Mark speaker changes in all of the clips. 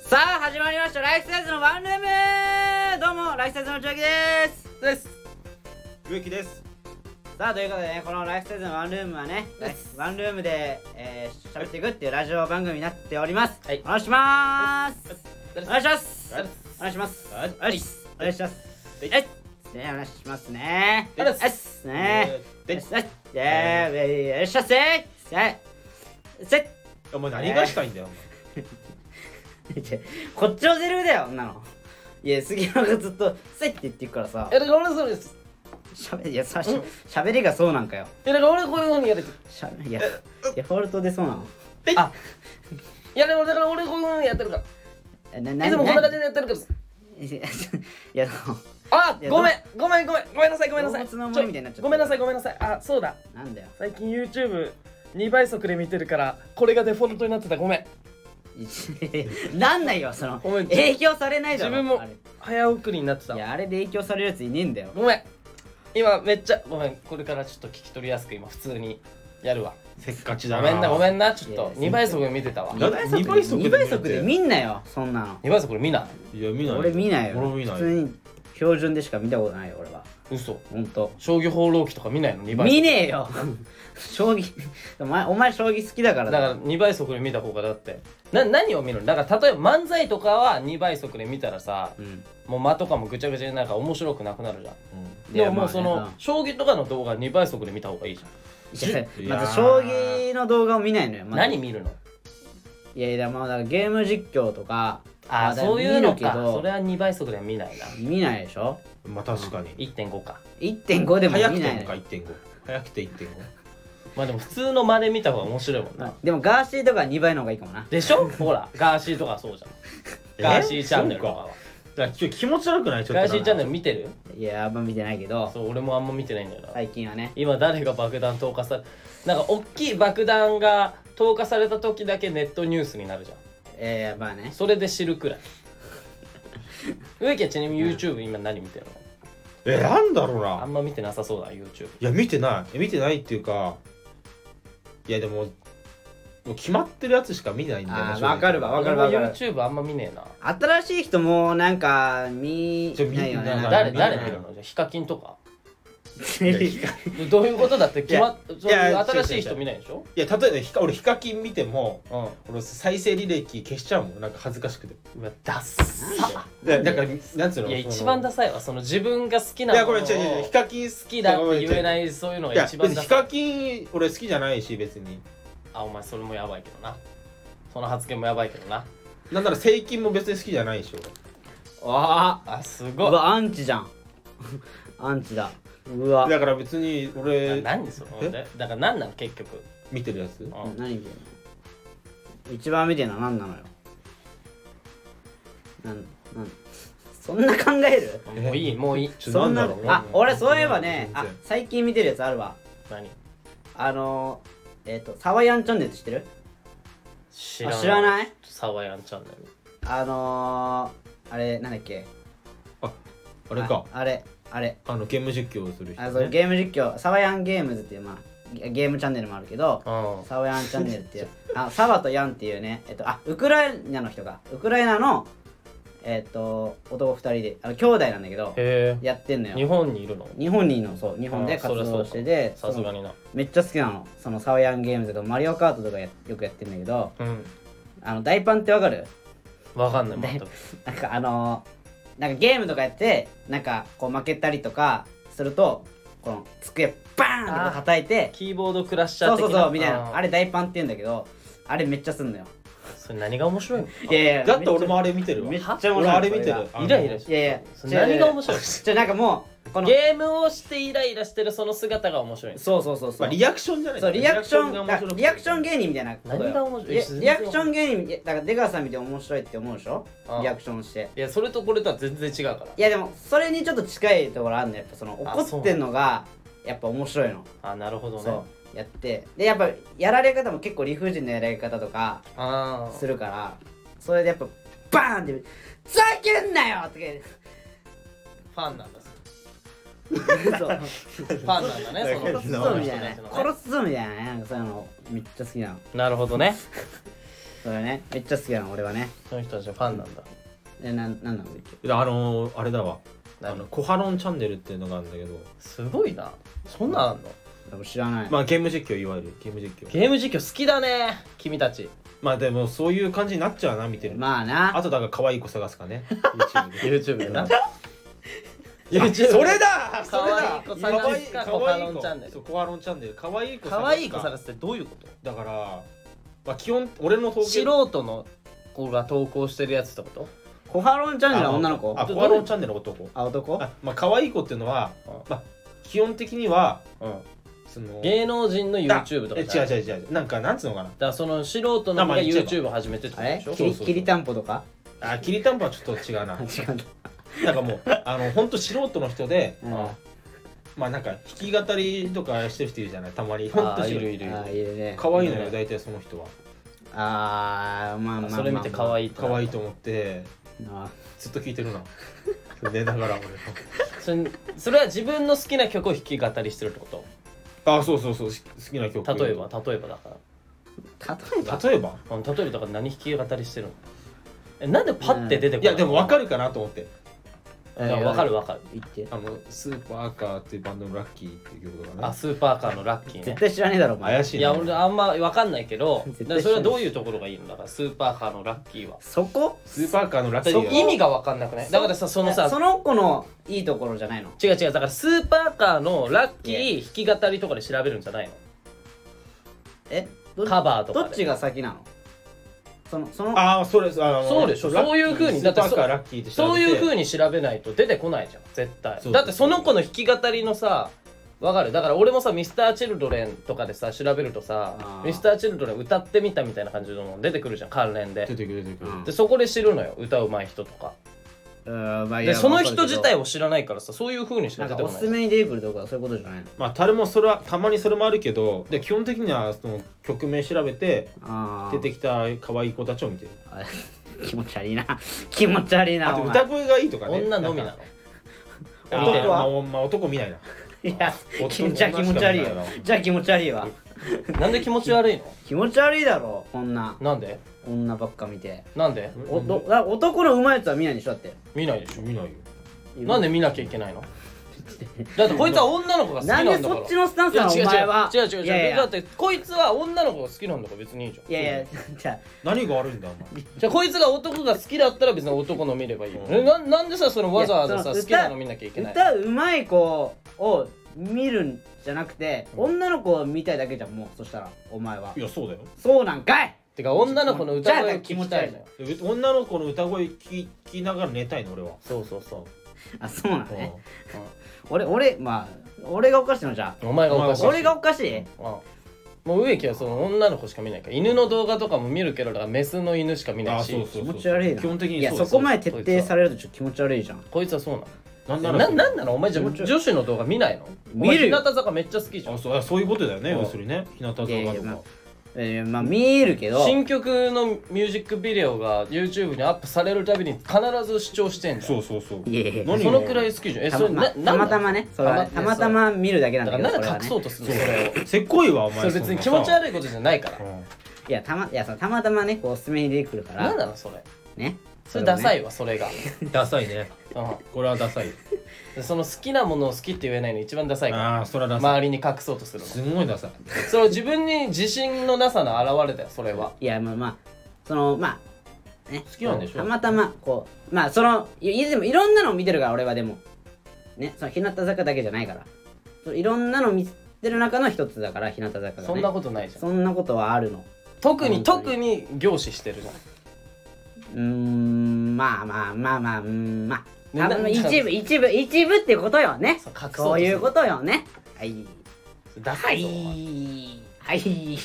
Speaker 1: まいりましたライフサイズのワンルームどうもライフサイズの千秋です
Speaker 2: です植木です
Speaker 1: さあということでねこのライフサイズのワンルームはね
Speaker 2: はい
Speaker 1: ワンルームでえー喋、っていくっていうラジオ番組になっております、
Speaker 2: はい
Speaker 1: お願いします
Speaker 2: お
Speaker 1: お願いします
Speaker 2: はい
Speaker 1: お願いします
Speaker 2: はい
Speaker 1: お願いしますお願いします
Speaker 2: はい
Speaker 1: はいねお願いしますね
Speaker 2: はい
Speaker 1: はいね
Speaker 2: で
Speaker 1: はいねよっしゃせせせ
Speaker 2: お前何がしたいんだよお
Speaker 1: 違うこっちのセリフだよ、そんなの。いや、杉山がずっと、せって言ってるからさ、
Speaker 2: 前俺そうです
Speaker 1: しゃべいや、さしゃ喋りがそうなんかよ。
Speaker 2: いやだから俺こういうふうにやる
Speaker 1: しゃいや、デフォルトでそうなの。
Speaker 2: え
Speaker 1: あ、
Speaker 2: いやでもだから俺こういうふうにやってるか
Speaker 1: えな、
Speaker 2: ら
Speaker 1: ない
Speaker 2: つもこんな感じ
Speaker 1: で。
Speaker 2: でやってるから
Speaker 1: いや、いや その
Speaker 2: あ
Speaker 1: いや
Speaker 2: ごめんごめんごめんごめんなさいごめんなさい
Speaker 1: 動物の
Speaker 2: ちょ
Speaker 1: 森みたいになっちゃった
Speaker 2: ごめんなさいごめんなさいあそうだ
Speaker 1: なんだよ。
Speaker 2: 最近 YouTube2 倍速で見てるからこれがデフォルトになってたごめん
Speaker 1: いや なんないよ、その、
Speaker 2: ごめん
Speaker 1: 影響されないだろ。
Speaker 2: 自分も
Speaker 1: あれ
Speaker 2: 早送りになってた
Speaker 1: いや、あれで影響されるやついねえんだよ。
Speaker 2: ごめん今めっちゃごめんこれからちょっと聞き取りやすく今普通にやるわ
Speaker 3: せっかちだ
Speaker 2: ご
Speaker 3: な
Speaker 2: めんなごめんなちょっ
Speaker 1: いや
Speaker 2: と
Speaker 1: いや
Speaker 2: 2倍速で見てたわ
Speaker 1: 二
Speaker 3: だ
Speaker 1: 倍
Speaker 3: 二倍
Speaker 1: 速で
Speaker 3: 速で
Speaker 1: 二倍速で
Speaker 3: 見
Speaker 1: 見んなよ、そんなの。
Speaker 2: 2倍速で見ない
Speaker 3: や見ない
Speaker 1: 俺見ないよ。
Speaker 3: 俺も見な
Speaker 1: 普
Speaker 3: い
Speaker 1: 通に標準でしか見たことないよ、俺は。
Speaker 2: 嘘
Speaker 1: ほんと。
Speaker 2: 将棋放浪記とか見ないの2倍
Speaker 1: 見
Speaker 2: 速
Speaker 1: ねえよ将棋お前お前将棋好きだから
Speaker 2: だ
Speaker 1: だ
Speaker 2: から2倍速で見た方がだってな何を見るのだから例えば漫才とかは2倍速で見たらさ
Speaker 1: うん
Speaker 2: もう間とかもぐちゃぐちゃになるから面白くなくなるじゃん
Speaker 3: う
Speaker 1: いや
Speaker 2: で
Speaker 1: ま
Speaker 2: もも
Speaker 1: あ
Speaker 2: う
Speaker 1: ね
Speaker 2: その将棋とかの動画2倍速で見た方がいいじゃ
Speaker 1: いや
Speaker 3: いやー
Speaker 1: まず将棋の動画を見ないのよ、
Speaker 2: ん
Speaker 1: まだ、
Speaker 2: 何見るの
Speaker 1: いやいやまあだからゲーム実況とか
Speaker 2: あ
Speaker 1: ま
Speaker 2: あ
Speaker 1: だ
Speaker 2: そういうの
Speaker 1: 見る
Speaker 2: か
Speaker 1: けど
Speaker 2: それは2倍速では見ないな
Speaker 1: 見ないでしょ
Speaker 3: んまあ確かに
Speaker 2: 1.5か
Speaker 1: 1.5でも見
Speaker 3: 早
Speaker 1: ない
Speaker 3: くても
Speaker 1: の
Speaker 3: か
Speaker 1: よ
Speaker 3: 1.5早くて1.5
Speaker 2: まあでも普通の間で見た方が面白いもん
Speaker 1: まあ
Speaker 2: な
Speaker 1: でもガーシーとかは2倍の方がいいかもな
Speaker 2: でしょほらガーシーとかそう じゃんガーシーチャンネルとかは
Speaker 3: だから今日気持ち悪くないちょっと
Speaker 2: ガーシーチャンネ
Speaker 3: ル
Speaker 2: ル見てる
Speaker 1: いやあんま見てないけど
Speaker 2: そう俺もあんま見てないんだよな
Speaker 1: 最近はね
Speaker 2: 今誰が爆弾投下されなんか大きい爆弾が投下された時だけネットニュースになるじゃん
Speaker 1: えー、まあね
Speaker 2: それで知るくらい植木はちなみに YouTube 今何見てるの
Speaker 3: えなんだろう
Speaker 2: あ
Speaker 3: なん
Speaker 2: ま見てなさそうだ YouTube
Speaker 3: いや見てないえ見てないっていうかいやでももう決まってるやつしか見ないんだよ
Speaker 1: あー
Speaker 3: な正直
Speaker 1: わかるわわか
Speaker 2: 俺
Speaker 1: る
Speaker 2: も
Speaker 1: わかる
Speaker 2: YouTube あんま見ねえな
Speaker 1: 新しい人もなんか見
Speaker 3: ちょ見
Speaker 1: ないよね
Speaker 3: なんか
Speaker 2: 誰
Speaker 3: 見ない
Speaker 2: 誰見るのじゃあヒカキンとか
Speaker 3: いやひ
Speaker 2: どういうことだって決まっそう
Speaker 3: いや
Speaker 2: い
Speaker 3: いうや
Speaker 2: 新しい
Speaker 3: 違う違う違
Speaker 2: 人
Speaker 3: う
Speaker 2: 見ないでしょ
Speaker 3: いや例えばひか俺ヒカキン見ても
Speaker 2: うん
Speaker 3: 俺再生履歴消しちゃうもんなんか恥ずかしくて
Speaker 2: うわダッサ
Speaker 3: だだからなんつうの
Speaker 2: いや
Speaker 3: その
Speaker 2: 一番ダサいわその自分が好き
Speaker 3: い
Speaker 2: なも
Speaker 3: や
Speaker 2: の
Speaker 3: こ
Speaker 2: を
Speaker 3: れ違う違うヒカキン好
Speaker 2: 好きだって言え
Speaker 3: い
Speaker 2: ないそういうの
Speaker 3: い
Speaker 2: が
Speaker 3: や
Speaker 2: 一
Speaker 3: 別
Speaker 2: 番
Speaker 3: に
Speaker 2: ダ
Speaker 3: ヒ
Speaker 2: サい
Speaker 3: カキン俺好きじゃないし別に
Speaker 2: あお前それもやばいけどなその発言もやばいけどな
Speaker 3: なんならセイキンも別に好きじゃないでしょ
Speaker 1: あ
Speaker 2: あす
Speaker 1: あう
Speaker 2: ごい
Speaker 1: わアンチじゃん アンチだうわ
Speaker 3: だから別に俺
Speaker 2: な何その
Speaker 3: え
Speaker 2: だだから何なの結局、
Speaker 3: 見てるやつ
Speaker 2: うん
Speaker 1: 何見てんの一番見てんのは何なのよなんなんそんな考える
Speaker 2: もういいもういい
Speaker 3: ちょ
Speaker 1: そんな
Speaker 3: なんだろう
Speaker 1: あ俺そういえばね
Speaker 3: 全
Speaker 1: あ
Speaker 3: 然
Speaker 1: 最近見てるやつあるわ
Speaker 2: 何
Speaker 1: あのー、えっ、とサワイアンチャンネルって知ってる
Speaker 2: 知らない
Speaker 1: あ知らない
Speaker 2: サワヤンチャンネル
Speaker 1: あのー、あれなんだっけ
Speaker 3: ああれか
Speaker 1: ああれあれ
Speaker 3: あのゲーム実況をする人
Speaker 1: あそう
Speaker 3: ね
Speaker 1: ゲーム実況サワヤンゲームズっていうまあゲゲームチャンネルもあるけど
Speaker 2: うん
Speaker 1: サワヤンチャンネルっていうあサワとヤンっていうねえっとあウクライナの人がウクライナのえっと男2人であの兄弟なんだけど
Speaker 2: へえ
Speaker 1: やってんの
Speaker 2: 日
Speaker 1: よ
Speaker 2: 本にいるの
Speaker 1: 日本にいるのそう日本で活動してて
Speaker 2: さす
Speaker 1: そ
Speaker 2: が
Speaker 1: う
Speaker 2: にな
Speaker 1: めっちゃ好きなのそのサワヤンゲームズとかマリオカートとかやよくやってんだけど
Speaker 2: うん
Speaker 1: あの大パンってわかる
Speaker 2: わかんない
Speaker 1: で
Speaker 2: 全く
Speaker 1: なんかあのーなんかゲームとかやってなんかこう負けたりとかするとこの机バーンってこう叩いて
Speaker 2: キーボードクラッシャ
Speaker 1: そ
Speaker 2: ー
Speaker 1: う
Speaker 2: 的
Speaker 1: そうそうみたいなあ
Speaker 2: れ
Speaker 1: れ大パンって言うんだけどあれめっちゃすんのよ
Speaker 2: それ何が面白いの
Speaker 1: いやいや
Speaker 3: だって俺もあれ見てるわ
Speaker 1: めっちゃ面白い
Speaker 3: 俺あれ見てる
Speaker 2: イライラ
Speaker 3: し
Speaker 2: して
Speaker 1: いやいや
Speaker 2: それ何が面白い
Speaker 1: じゃなんかもうこの
Speaker 2: ゲームをしてイライラしてるその姿が面白いの
Speaker 1: そうそうそうそう、
Speaker 3: まあリアクションじゃない
Speaker 1: そうリアクション
Speaker 3: が面
Speaker 1: だ
Speaker 3: 白くて
Speaker 1: リアクション芸人みたいなことよ
Speaker 2: 何が面白い
Speaker 1: リア
Speaker 2: 全然
Speaker 1: リアクション芸人いやだから出川さん見て面白いって思うでしょ
Speaker 2: ああ
Speaker 1: リアクションして
Speaker 2: いやそれとこれとは全然違うから
Speaker 1: いやでもそれにちょっと近いところあるのやっぱその
Speaker 2: あ
Speaker 1: 怒ってんのがやっぱ面白いの
Speaker 2: あなるほどね
Speaker 1: そうやってでやっぱやられ方も結構理不尽なやられ方とか
Speaker 2: あ
Speaker 1: するからそれでやっぱバーンって「ふざけんなよ!」とか言
Speaker 2: ファンなんだ
Speaker 1: ってそう
Speaker 2: ファンなんだねその
Speaker 1: 殺すぞ
Speaker 2: その
Speaker 1: み
Speaker 2: 人
Speaker 1: たいな
Speaker 2: た
Speaker 1: ね
Speaker 2: ちのね
Speaker 1: 殺すぞみたいなねなんかそういうのめっちゃ好きなの
Speaker 2: なるほどね
Speaker 1: それねめっちゃ好きなの俺はね
Speaker 2: その人たちのファンなんだ
Speaker 1: えなんなんなの
Speaker 3: あのーあれだわあ
Speaker 2: 何
Speaker 3: のコハロンチャンネルっていうのがあるんだけど
Speaker 2: すごいなそんなんあんの
Speaker 1: でも知らない、
Speaker 3: まあゲーム実況いわゆるゲーム実況
Speaker 2: ゲーム実況好きだね君たち
Speaker 3: まあでもそういう感じになっちゃうな見てる、
Speaker 1: まあな
Speaker 3: あとだから可愛い子探すかね YouTube で
Speaker 2: YouTube でな
Speaker 3: いや
Speaker 2: YouTube
Speaker 3: それだそれ
Speaker 2: 可愛い子探
Speaker 3: だ
Speaker 2: すか
Speaker 3: 可愛い
Speaker 2: コハロンチャンネル
Speaker 3: そうコハロンチャンネル可愛い子探すか
Speaker 2: 可愛い子探すってどういうこと
Speaker 3: だからまあ基本俺の統計
Speaker 2: 素人の子が投稿してるやつってこと
Speaker 1: コハロンチャンネル
Speaker 3: あ
Speaker 1: は女の子
Speaker 3: あ
Speaker 1: あ
Speaker 3: コハロンチャンネル男
Speaker 1: 男
Speaker 3: あまあ可愛い子っていうのはまあ基本的にはその
Speaker 2: 芸能人の YouTube とか
Speaker 3: え
Speaker 2: じゃ
Speaker 3: 違
Speaker 2: な
Speaker 3: う
Speaker 2: い
Speaker 3: 違う違うなんかなんつうのかな
Speaker 2: だからその素人の子が
Speaker 3: まあ言っ
Speaker 2: YouTube を始めてってこ
Speaker 1: あ
Speaker 2: とで
Speaker 1: れ
Speaker 2: しょ
Speaker 1: き
Speaker 3: そう
Speaker 1: り
Speaker 3: そうそう
Speaker 1: きりたんぽとか
Speaker 3: あきりたんぽはちょっと違うな
Speaker 1: 違うんだ、
Speaker 3: なんかもう あの本当素人の人で
Speaker 1: うん、あ
Speaker 3: まあなんか弾き語りとかしてる人いるじゃないたまに本当
Speaker 2: あーい
Speaker 3: 素
Speaker 2: る
Speaker 3: 人
Speaker 2: いるい
Speaker 1: ー
Speaker 2: る
Speaker 1: いるね
Speaker 3: 可愛いの
Speaker 2: う
Speaker 3: よ
Speaker 2: ん
Speaker 3: 大体その人は
Speaker 1: あーまあまあまあ、まあ、
Speaker 2: それ見て可愛いってな
Speaker 3: 可愛いと思って
Speaker 1: あ
Speaker 3: ずっと聞いてる な寝ながら俺
Speaker 2: それそれは自分の好きな曲を弾き語りしてるってこ
Speaker 3: あそうそうそうし好きな曲
Speaker 2: と例えば例えばだから
Speaker 1: 例えば
Speaker 3: 例えば
Speaker 2: うん例えばだから何弾き語りしてるのえなんでパッて出てこ
Speaker 3: いやでも分か
Speaker 2: る
Speaker 3: るかなと思って
Speaker 2: 分かる分かる
Speaker 1: 言って
Speaker 3: あのスーパーカーっていうバンドのラッキーっていう曲が
Speaker 2: あ
Speaker 3: ね
Speaker 2: スーパーカーのラッキーね
Speaker 1: 絶対知らねえだろお前
Speaker 3: 怪しい
Speaker 2: い
Speaker 3: ね
Speaker 2: や俺あんま分かんないけど
Speaker 1: 絶対
Speaker 2: だからそれはどういうところがいいのだからスーパーカーのラッキーは
Speaker 1: そこ
Speaker 3: スーパーカーのラッキ
Speaker 2: だ
Speaker 3: ー
Speaker 2: から
Speaker 3: が
Speaker 2: 意味が分かんなくないだからさそのさ
Speaker 1: その子のいいところじゃないの
Speaker 2: 違う違うだからスーパーカーのラッキー弾き語りとかで調べるんじゃない
Speaker 1: え
Speaker 2: の
Speaker 1: ど
Speaker 2: カバーとか
Speaker 1: ど
Speaker 2: で
Speaker 1: っちが先なのそのその
Speaker 3: ああそれあの
Speaker 2: そうでしょ
Speaker 3: ラッキー
Speaker 2: そういう風に
Speaker 3: ス
Speaker 2: だっ
Speaker 3: ー
Speaker 2: て
Speaker 3: パ
Speaker 2: そ
Speaker 3: ーカーラッキーって調
Speaker 2: そう
Speaker 3: べて
Speaker 2: いうふうに調べないと出てこないじゃん絶対
Speaker 3: そう
Speaker 2: だってその子の弾き語りのさわかるだから俺もさ Mr.Children とかでさ調べるとさ
Speaker 1: あー
Speaker 2: Mr.Children 歌ってみたみたいな感じの出てくるじゃん関連
Speaker 3: 出
Speaker 2: で
Speaker 3: てくる出てくる
Speaker 1: うん
Speaker 2: でそこで知るのよ歌うまい人とか
Speaker 1: うーんまあいや
Speaker 2: でその
Speaker 1: わかる
Speaker 2: 人
Speaker 1: けど
Speaker 2: 自体を知らないからさそういうふうにし
Speaker 1: な
Speaker 2: か
Speaker 1: ん
Speaker 2: 出
Speaker 1: か
Speaker 2: て
Speaker 1: お
Speaker 2: こない
Speaker 1: すすめに出てくるとかそういうことじゃないの
Speaker 3: まあ誰もそれはたまにそれもあるけどで基本的にはその曲名調べて
Speaker 1: あ
Speaker 3: 出て
Speaker 1: き
Speaker 3: きた可愛い子たちを見てる
Speaker 1: 気持ち悪いな気持ち悪い
Speaker 3: あ
Speaker 1: な
Speaker 3: と
Speaker 1: お前
Speaker 3: 歌声がいいとかね
Speaker 2: 女のみなの
Speaker 3: あ
Speaker 1: 見てる
Speaker 3: まあまあ男見ないない
Speaker 1: や
Speaker 3: 男
Speaker 1: 気持ちゃ気持ち悪いよ
Speaker 3: 女しか見ないな
Speaker 1: じゃあ気持ち悪いわ
Speaker 2: なんで気持ち悪いの
Speaker 1: 気持ち悪いだろこんな
Speaker 2: なんで
Speaker 1: 女ばっか見て
Speaker 2: なんで
Speaker 1: おどだ男のうまいやつは見ないでしょだって
Speaker 2: 見ないでしょ
Speaker 3: 見ないよ
Speaker 2: なんで見なきゃいけないのだってこいつは女の子が好きな
Speaker 1: なんん
Speaker 2: だ
Speaker 1: で
Speaker 2: から
Speaker 1: そっちのスタン
Speaker 2: い
Speaker 1: スな
Speaker 2: や
Speaker 1: のお
Speaker 2: 違う違う
Speaker 1: 前は
Speaker 2: 違う違う違う
Speaker 1: いやい
Speaker 2: だ
Speaker 1: や
Speaker 2: ってこいつは女の子が好きなんだから別にいいじゃん
Speaker 1: いやいやじゃ
Speaker 3: 何が悪いんだお 前
Speaker 2: じゃあこいつが男が好きだったら別に男の見ればいいよ、
Speaker 3: うん
Speaker 2: えななんでさそのわざわざ
Speaker 1: いやそ
Speaker 2: さ
Speaker 1: の
Speaker 2: 好
Speaker 1: 歌
Speaker 2: きなの見なきゃいけ
Speaker 1: あ
Speaker 2: ない
Speaker 1: 歌うまい子を見るんじゃなくて女の子を見たいだけじゃんもうそしたらお前はい
Speaker 3: やそうだよ
Speaker 1: そうなんかい
Speaker 2: てか女の子の歌声
Speaker 1: じゃ
Speaker 2: を
Speaker 1: あ気
Speaker 2: 聞
Speaker 1: 持
Speaker 2: き
Speaker 1: ち
Speaker 2: た
Speaker 1: 悪
Speaker 2: い
Speaker 1: い
Speaker 2: のよ
Speaker 3: え女の子の歌声聞き聞きながら寝たいの俺は
Speaker 2: そうそうそ
Speaker 1: あそうなのね
Speaker 3: う
Speaker 1: 俺俺まあ俺がおかしいのじゃ
Speaker 2: うお前がおかしい
Speaker 1: あ俺がおかしい
Speaker 2: うんもう植木はその女の子しか見ないから犬の動画とかも見るけどだからメスの犬しか見
Speaker 3: ん
Speaker 2: な
Speaker 3: あ
Speaker 2: い
Speaker 3: ー
Speaker 2: し
Speaker 3: そうそうそう
Speaker 1: 気持ち悪いな
Speaker 3: 基本的に
Speaker 1: いや
Speaker 3: う
Speaker 1: そこまで徹底されるとちょっと気持ち悪いじゃん
Speaker 2: こいつはそうなの
Speaker 3: な
Speaker 2: な
Speaker 3: んな
Speaker 2: な
Speaker 3: ら
Speaker 2: んなのお前じゃ
Speaker 1: 気
Speaker 2: あ
Speaker 1: 持ち悪い
Speaker 2: 女子の動画見ないの
Speaker 1: 見る
Speaker 2: お
Speaker 1: よ
Speaker 2: 前日向坂めっちゃ好きじゃ
Speaker 3: あ
Speaker 2: ん
Speaker 3: そうあそういうことだよね
Speaker 2: うん
Speaker 3: 要するにね日向坂と
Speaker 1: いやいやまあ
Speaker 3: か
Speaker 1: えーまあ見るけど
Speaker 2: 新曲のミュージックビデオが YouTube にアップされるたびに必ず視聴してんだ
Speaker 3: そ
Speaker 2: よ
Speaker 3: うそうそう
Speaker 1: いやいやいや
Speaker 3: 何
Speaker 2: そのくらい好きじゃんえ
Speaker 1: た
Speaker 2: それ
Speaker 1: ま,、ま
Speaker 2: な
Speaker 1: あたまたまねそれはねたまたま見るだけなん
Speaker 2: だ
Speaker 1: だ
Speaker 2: か
Speaker 1: け
Speaker 2: ら
Speaker 1: ど
Speaker 2: なん
Speaker 1: それはね
Speaker 2: で隠そうとするのそれを
Speaker 3: せっこいわお
Speaker 2: そ
Speaker 3: 前
Speaker 2: れ別に気持ち
Speaker 3: い
Speaker 2: 悪いことじゃないから
Speaker 1: いやたまいやそのたまたまねこうおすすめに出てくるから
Speaker 2: なんなのそれ
Speaker 1: ね
Speaker 2: それダサ
Speaker 1: い
Speaker 2: いわそれが
Speaker 3: ダサいね
Speaker 2: うん
Speaker 3: これはダサい
Speaker 2: でその好きなものを好きって言えないの一番ダサいか
Speaker 3: ああそれは
Speaker 2: ら
Speaker 3: ダサい
Speaker 2: 周りに隠そうとするの
Speaker 3: すごいダサい
Speaker 2: それは自分に自信のなさの表れだよそれはい
Speaker 1: やまあまあそのまあね
Speaker 3: 好きなんでしょ
Speaker 1: たまたまこうまあそのいやでもいろんなの見てるから俺はでもねその日向坂だけじゃないからそういろんなの見てる中の一つだから日向坂がね
Speaker 2: そんなことないじゃん
Speaker 1: そんなことはあるの
Speaker 2: 特に
Speaker 1: 本当に
Speaker 2: 特に凝視してるじゃん
Speaker 1: うーんまあまあまあまあうーんまあ
Speaker 2: ね
Speaker 1: 多分
Speaker 2: な
Speaker 1: 一部一部一部ってことよね
Speaker 2: そう隠そうとする
Speaker 1: そういうことよねはい
Speaker 2: ダサ
Speaker 1: はい
Speaker 2: ぞ
Speaker 1: いはい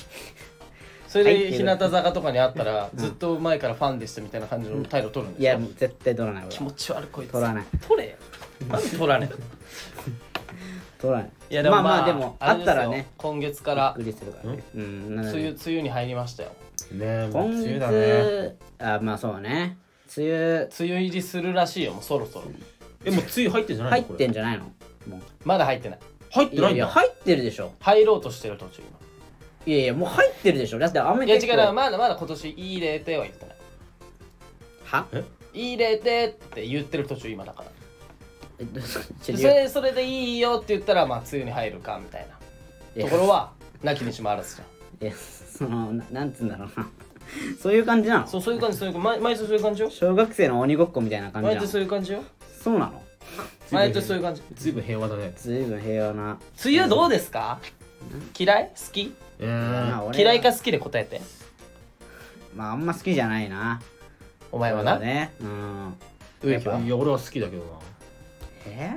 Speaker 2: それ
Speaker 1: はい
Speaker 2: で日向坂とかにあったらずっと前からファンでしたみたいな感じの態度取るん
Speaker 1: い
Speaker 2: でし
Speaker 1: や
Speaker 2: ょ
Speaker 1: もう絶対取らない俺
Speaker 2: 気持ち悪いこいつ
Speaker 1: 取らない
Speaker 2: 取れよなんで取らねえ
Speaker 1: 取らない
Speaker 2: いやでもまあ、
Speaker 1: まあまあでもあ
Speaker 2: れ
Speaker 1: っ
Speaker 2: ですよ
Speaker 1: たらね
Speaker 2: 今月から
Speaker 1: びっくりするからねうんなの
Speaker 2: 梅
Speaker 1: で
Speaker 2: 雨梅雨に入りましたよ
Speaker 3: ねえ
Speaker 1: 今
Speaker 3: もう梅
Speaker 1: 月
Speaker 3: 雨だね
Speaker 1: あまあそうね梅雨
Speaker 2: 梅雨入りするらしいよもうそろそろ
Speaker 3: えもう梅雨入ってんじゃな
Speaker 1: 入
Speaker 3: い
Speaker 1: っ
Speaker 3: のこ
Speaker 1: て
Speaker 3: れ
Speaker 1: んじゃないのもう
Speaker 2: まだ入ってない
Speaker 3: 入って
Speaker 1: い
Speaker 3: な
Speaker 1: や
Speaker 3: いん
Speaker 1: いや
Speaker 3: だ
Speaker 1: 入ってるでしょ
Speaker 2: 入ろうとしてる途中
Speaker 1: いやいやもう入ってるでしょだって雨
Speaker 2: 今いや
Speaker 1: 結構
Speaker 2: 違うまだまだ今年入れてはいってない
Speaker 1: は
Speaker 3: え
Speaker 2: 入れてって言ってる途中今だから
Speaker 1: えどうぞち
Speaker 2: そ
Speaker 1: ょ理由
Speaker 2: れそれでいいよって言ったらまあ梅雨に入るかみたい
Speaker 1: い
Speaker 2: な
Speaker 1: や
Speaker 2: ところはなきにしもあらずじゃん
Speaker 1: いやそのななんつうんだろうな そういう感じなの
Speaker 2: そうそういう感じそういう感じ毎毎年そういう感じよ
Speaker 1: 小学生の鬼ごっこみたいな感じ
Speaker 2: 毎
Speaker 1: な
Speaker 2: 年
Speaker 1: の
Speaker 2: そういう感じよ
Speaker 1: そうなの
Speaker 2: 毎年そういう感じ
Speaker 3: ずいぶん平和だね
Speaker 1: ずいぶん平和な
Speaker 2: 梅雨どうですか嫌い好き
Speaker 3: うーん
Speaker 1: まあ俺は
Speaker 2: 嫌いか好きで答えて
Speaker 1: まああんま好きじゃないな
Speaker 2: お前は
Speaker 1: そうだ
Speaker 2: な
Speaker 1: ねうん
Speaker 2: 植木はい
Speaker 3: や俺は好きだけどな
Speaker 1: え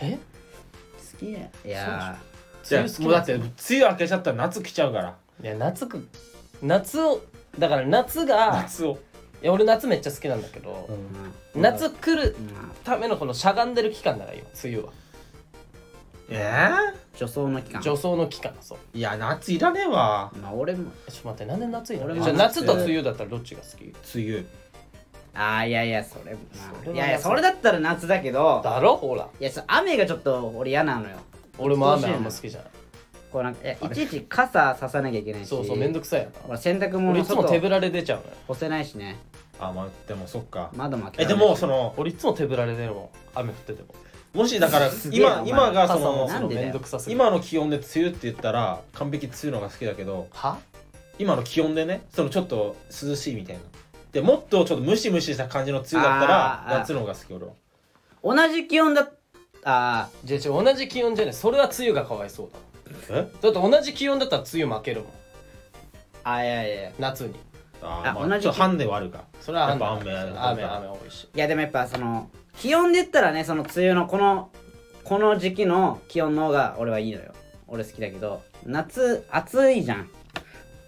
Speaker 2: え
Speaker 1: ー、好きだよいや
Speaker 3: じゃ
Speaker 2: 梅雨好き
Speaker 3: あもうだって梅雨明けちゃったら夏来ちゃうから
Speaker 2: いや夏く夏をだから夏が
Speaker 3: 夏を
Speaker 2: いや俺夏めっちゃ好きなんだけど、
Speaker 1: ーうん
Speaker 2: 夏来る
Speaker 1: まあ
Speaker 2: ためのこのしゃがんでる期間だから今梅雨は
Speaker 3: え
Speaker 1: 女装の期間
Speaker 2: 助走の期間そう
Speaker 3: ーいや夏いらねえわ
Speaker 1: まあ俺も
Speaker 2: えちょっと待ってなんで夏いの
Speaker 1: 俺
Speaker 2: じ
Speaker 1: も
Speaker 2: ゃあ
Speaker 1: 夏
Speaker 2: 夏と梅雨だったらどっちが好き
Speaker 3: 梅雨
Speaker 1: ああいやいやそれ、ま
Speaker 2: それ
Speaker 1: あ、
Speaker 2: はい
Speaker 1: やいやそれだったら夏だけど
Speaker 2: だろほら
Speaker 1: いやそう雨がちょっと俺嫌なのよ
Speaker 2: 俺も雨あんま好きじゃない
Speaker 1: こうなんかいやいちいち傘ささなきゃいけないし
Speaker 2: そうそうめんどくさいよ
Speaker 1: ほら洗濯
Speaker 2: な
Speaker 1: 物
Speaker 2: 俺いつも手ぶ
Speaker 1: 外
Speaker 2: らで出ちゃうのよ
Speaker 1: 干せないしね
Speaker 3: あまあでもそっか
Speaker 1: 窓も開け
Speaker 3: え
Speaker 1: られ
Speaker 3: で
Speaker 1: ない
Speaker 3: もその
Speaker 2: 俺いつも手ぶらで出るもん雨降ってても
Speaker 3: もしだから
Speaker 1: すげえな
Speaker 3: 今
Speaker 1: お前
Speaker 3: 今がそ
Speaker 2: 傘も
Speaker 3: の
Speaker 2: そ
Speaker 1: なん
Speaker 2: の
Speaker 1: でだよ
Speaker 2: めんどくさすぎる
Speaker 3: 今の気温で梅雨って言ったら完璧梅雨のが好きだけど
Speaker 2: は
Speaker 3: 今の気温でねそのちょっと涼しいみたいなでもっとちょっとムシムシした感じの梅雨だったら
Speaker 1: あーあー
Speaker 3: 夏の方が好き俺は
Speaker 1: 同じ気温だあー
Speaker 2: じゃあじゃあ同じ気温じゃないそれは梅雨がかわいそうだ
Speaker 3: え
Speaker 2: だって同じ気温だったら梅雨負けるもん
Speaker 1: あいやいやいや
Speaker 2: 夏に
Speaker 3: あ
Speaker 1: あ
Speaker 3: ーま
Speaker 1: 同
Speaker 3: あ
Speaker 1: じ
Speaker 3: ちょっとハンデはあるか
Speaker 2: それは
Speaker 3: やっぱ雨
Speaker 2: 雨雨多いし
Speaker 1: いやでもやっぱその気温で言ったらねその梅雨のこのこの時期の気温の方が俺はいいのよ俺好きだけど夏暑いじゃん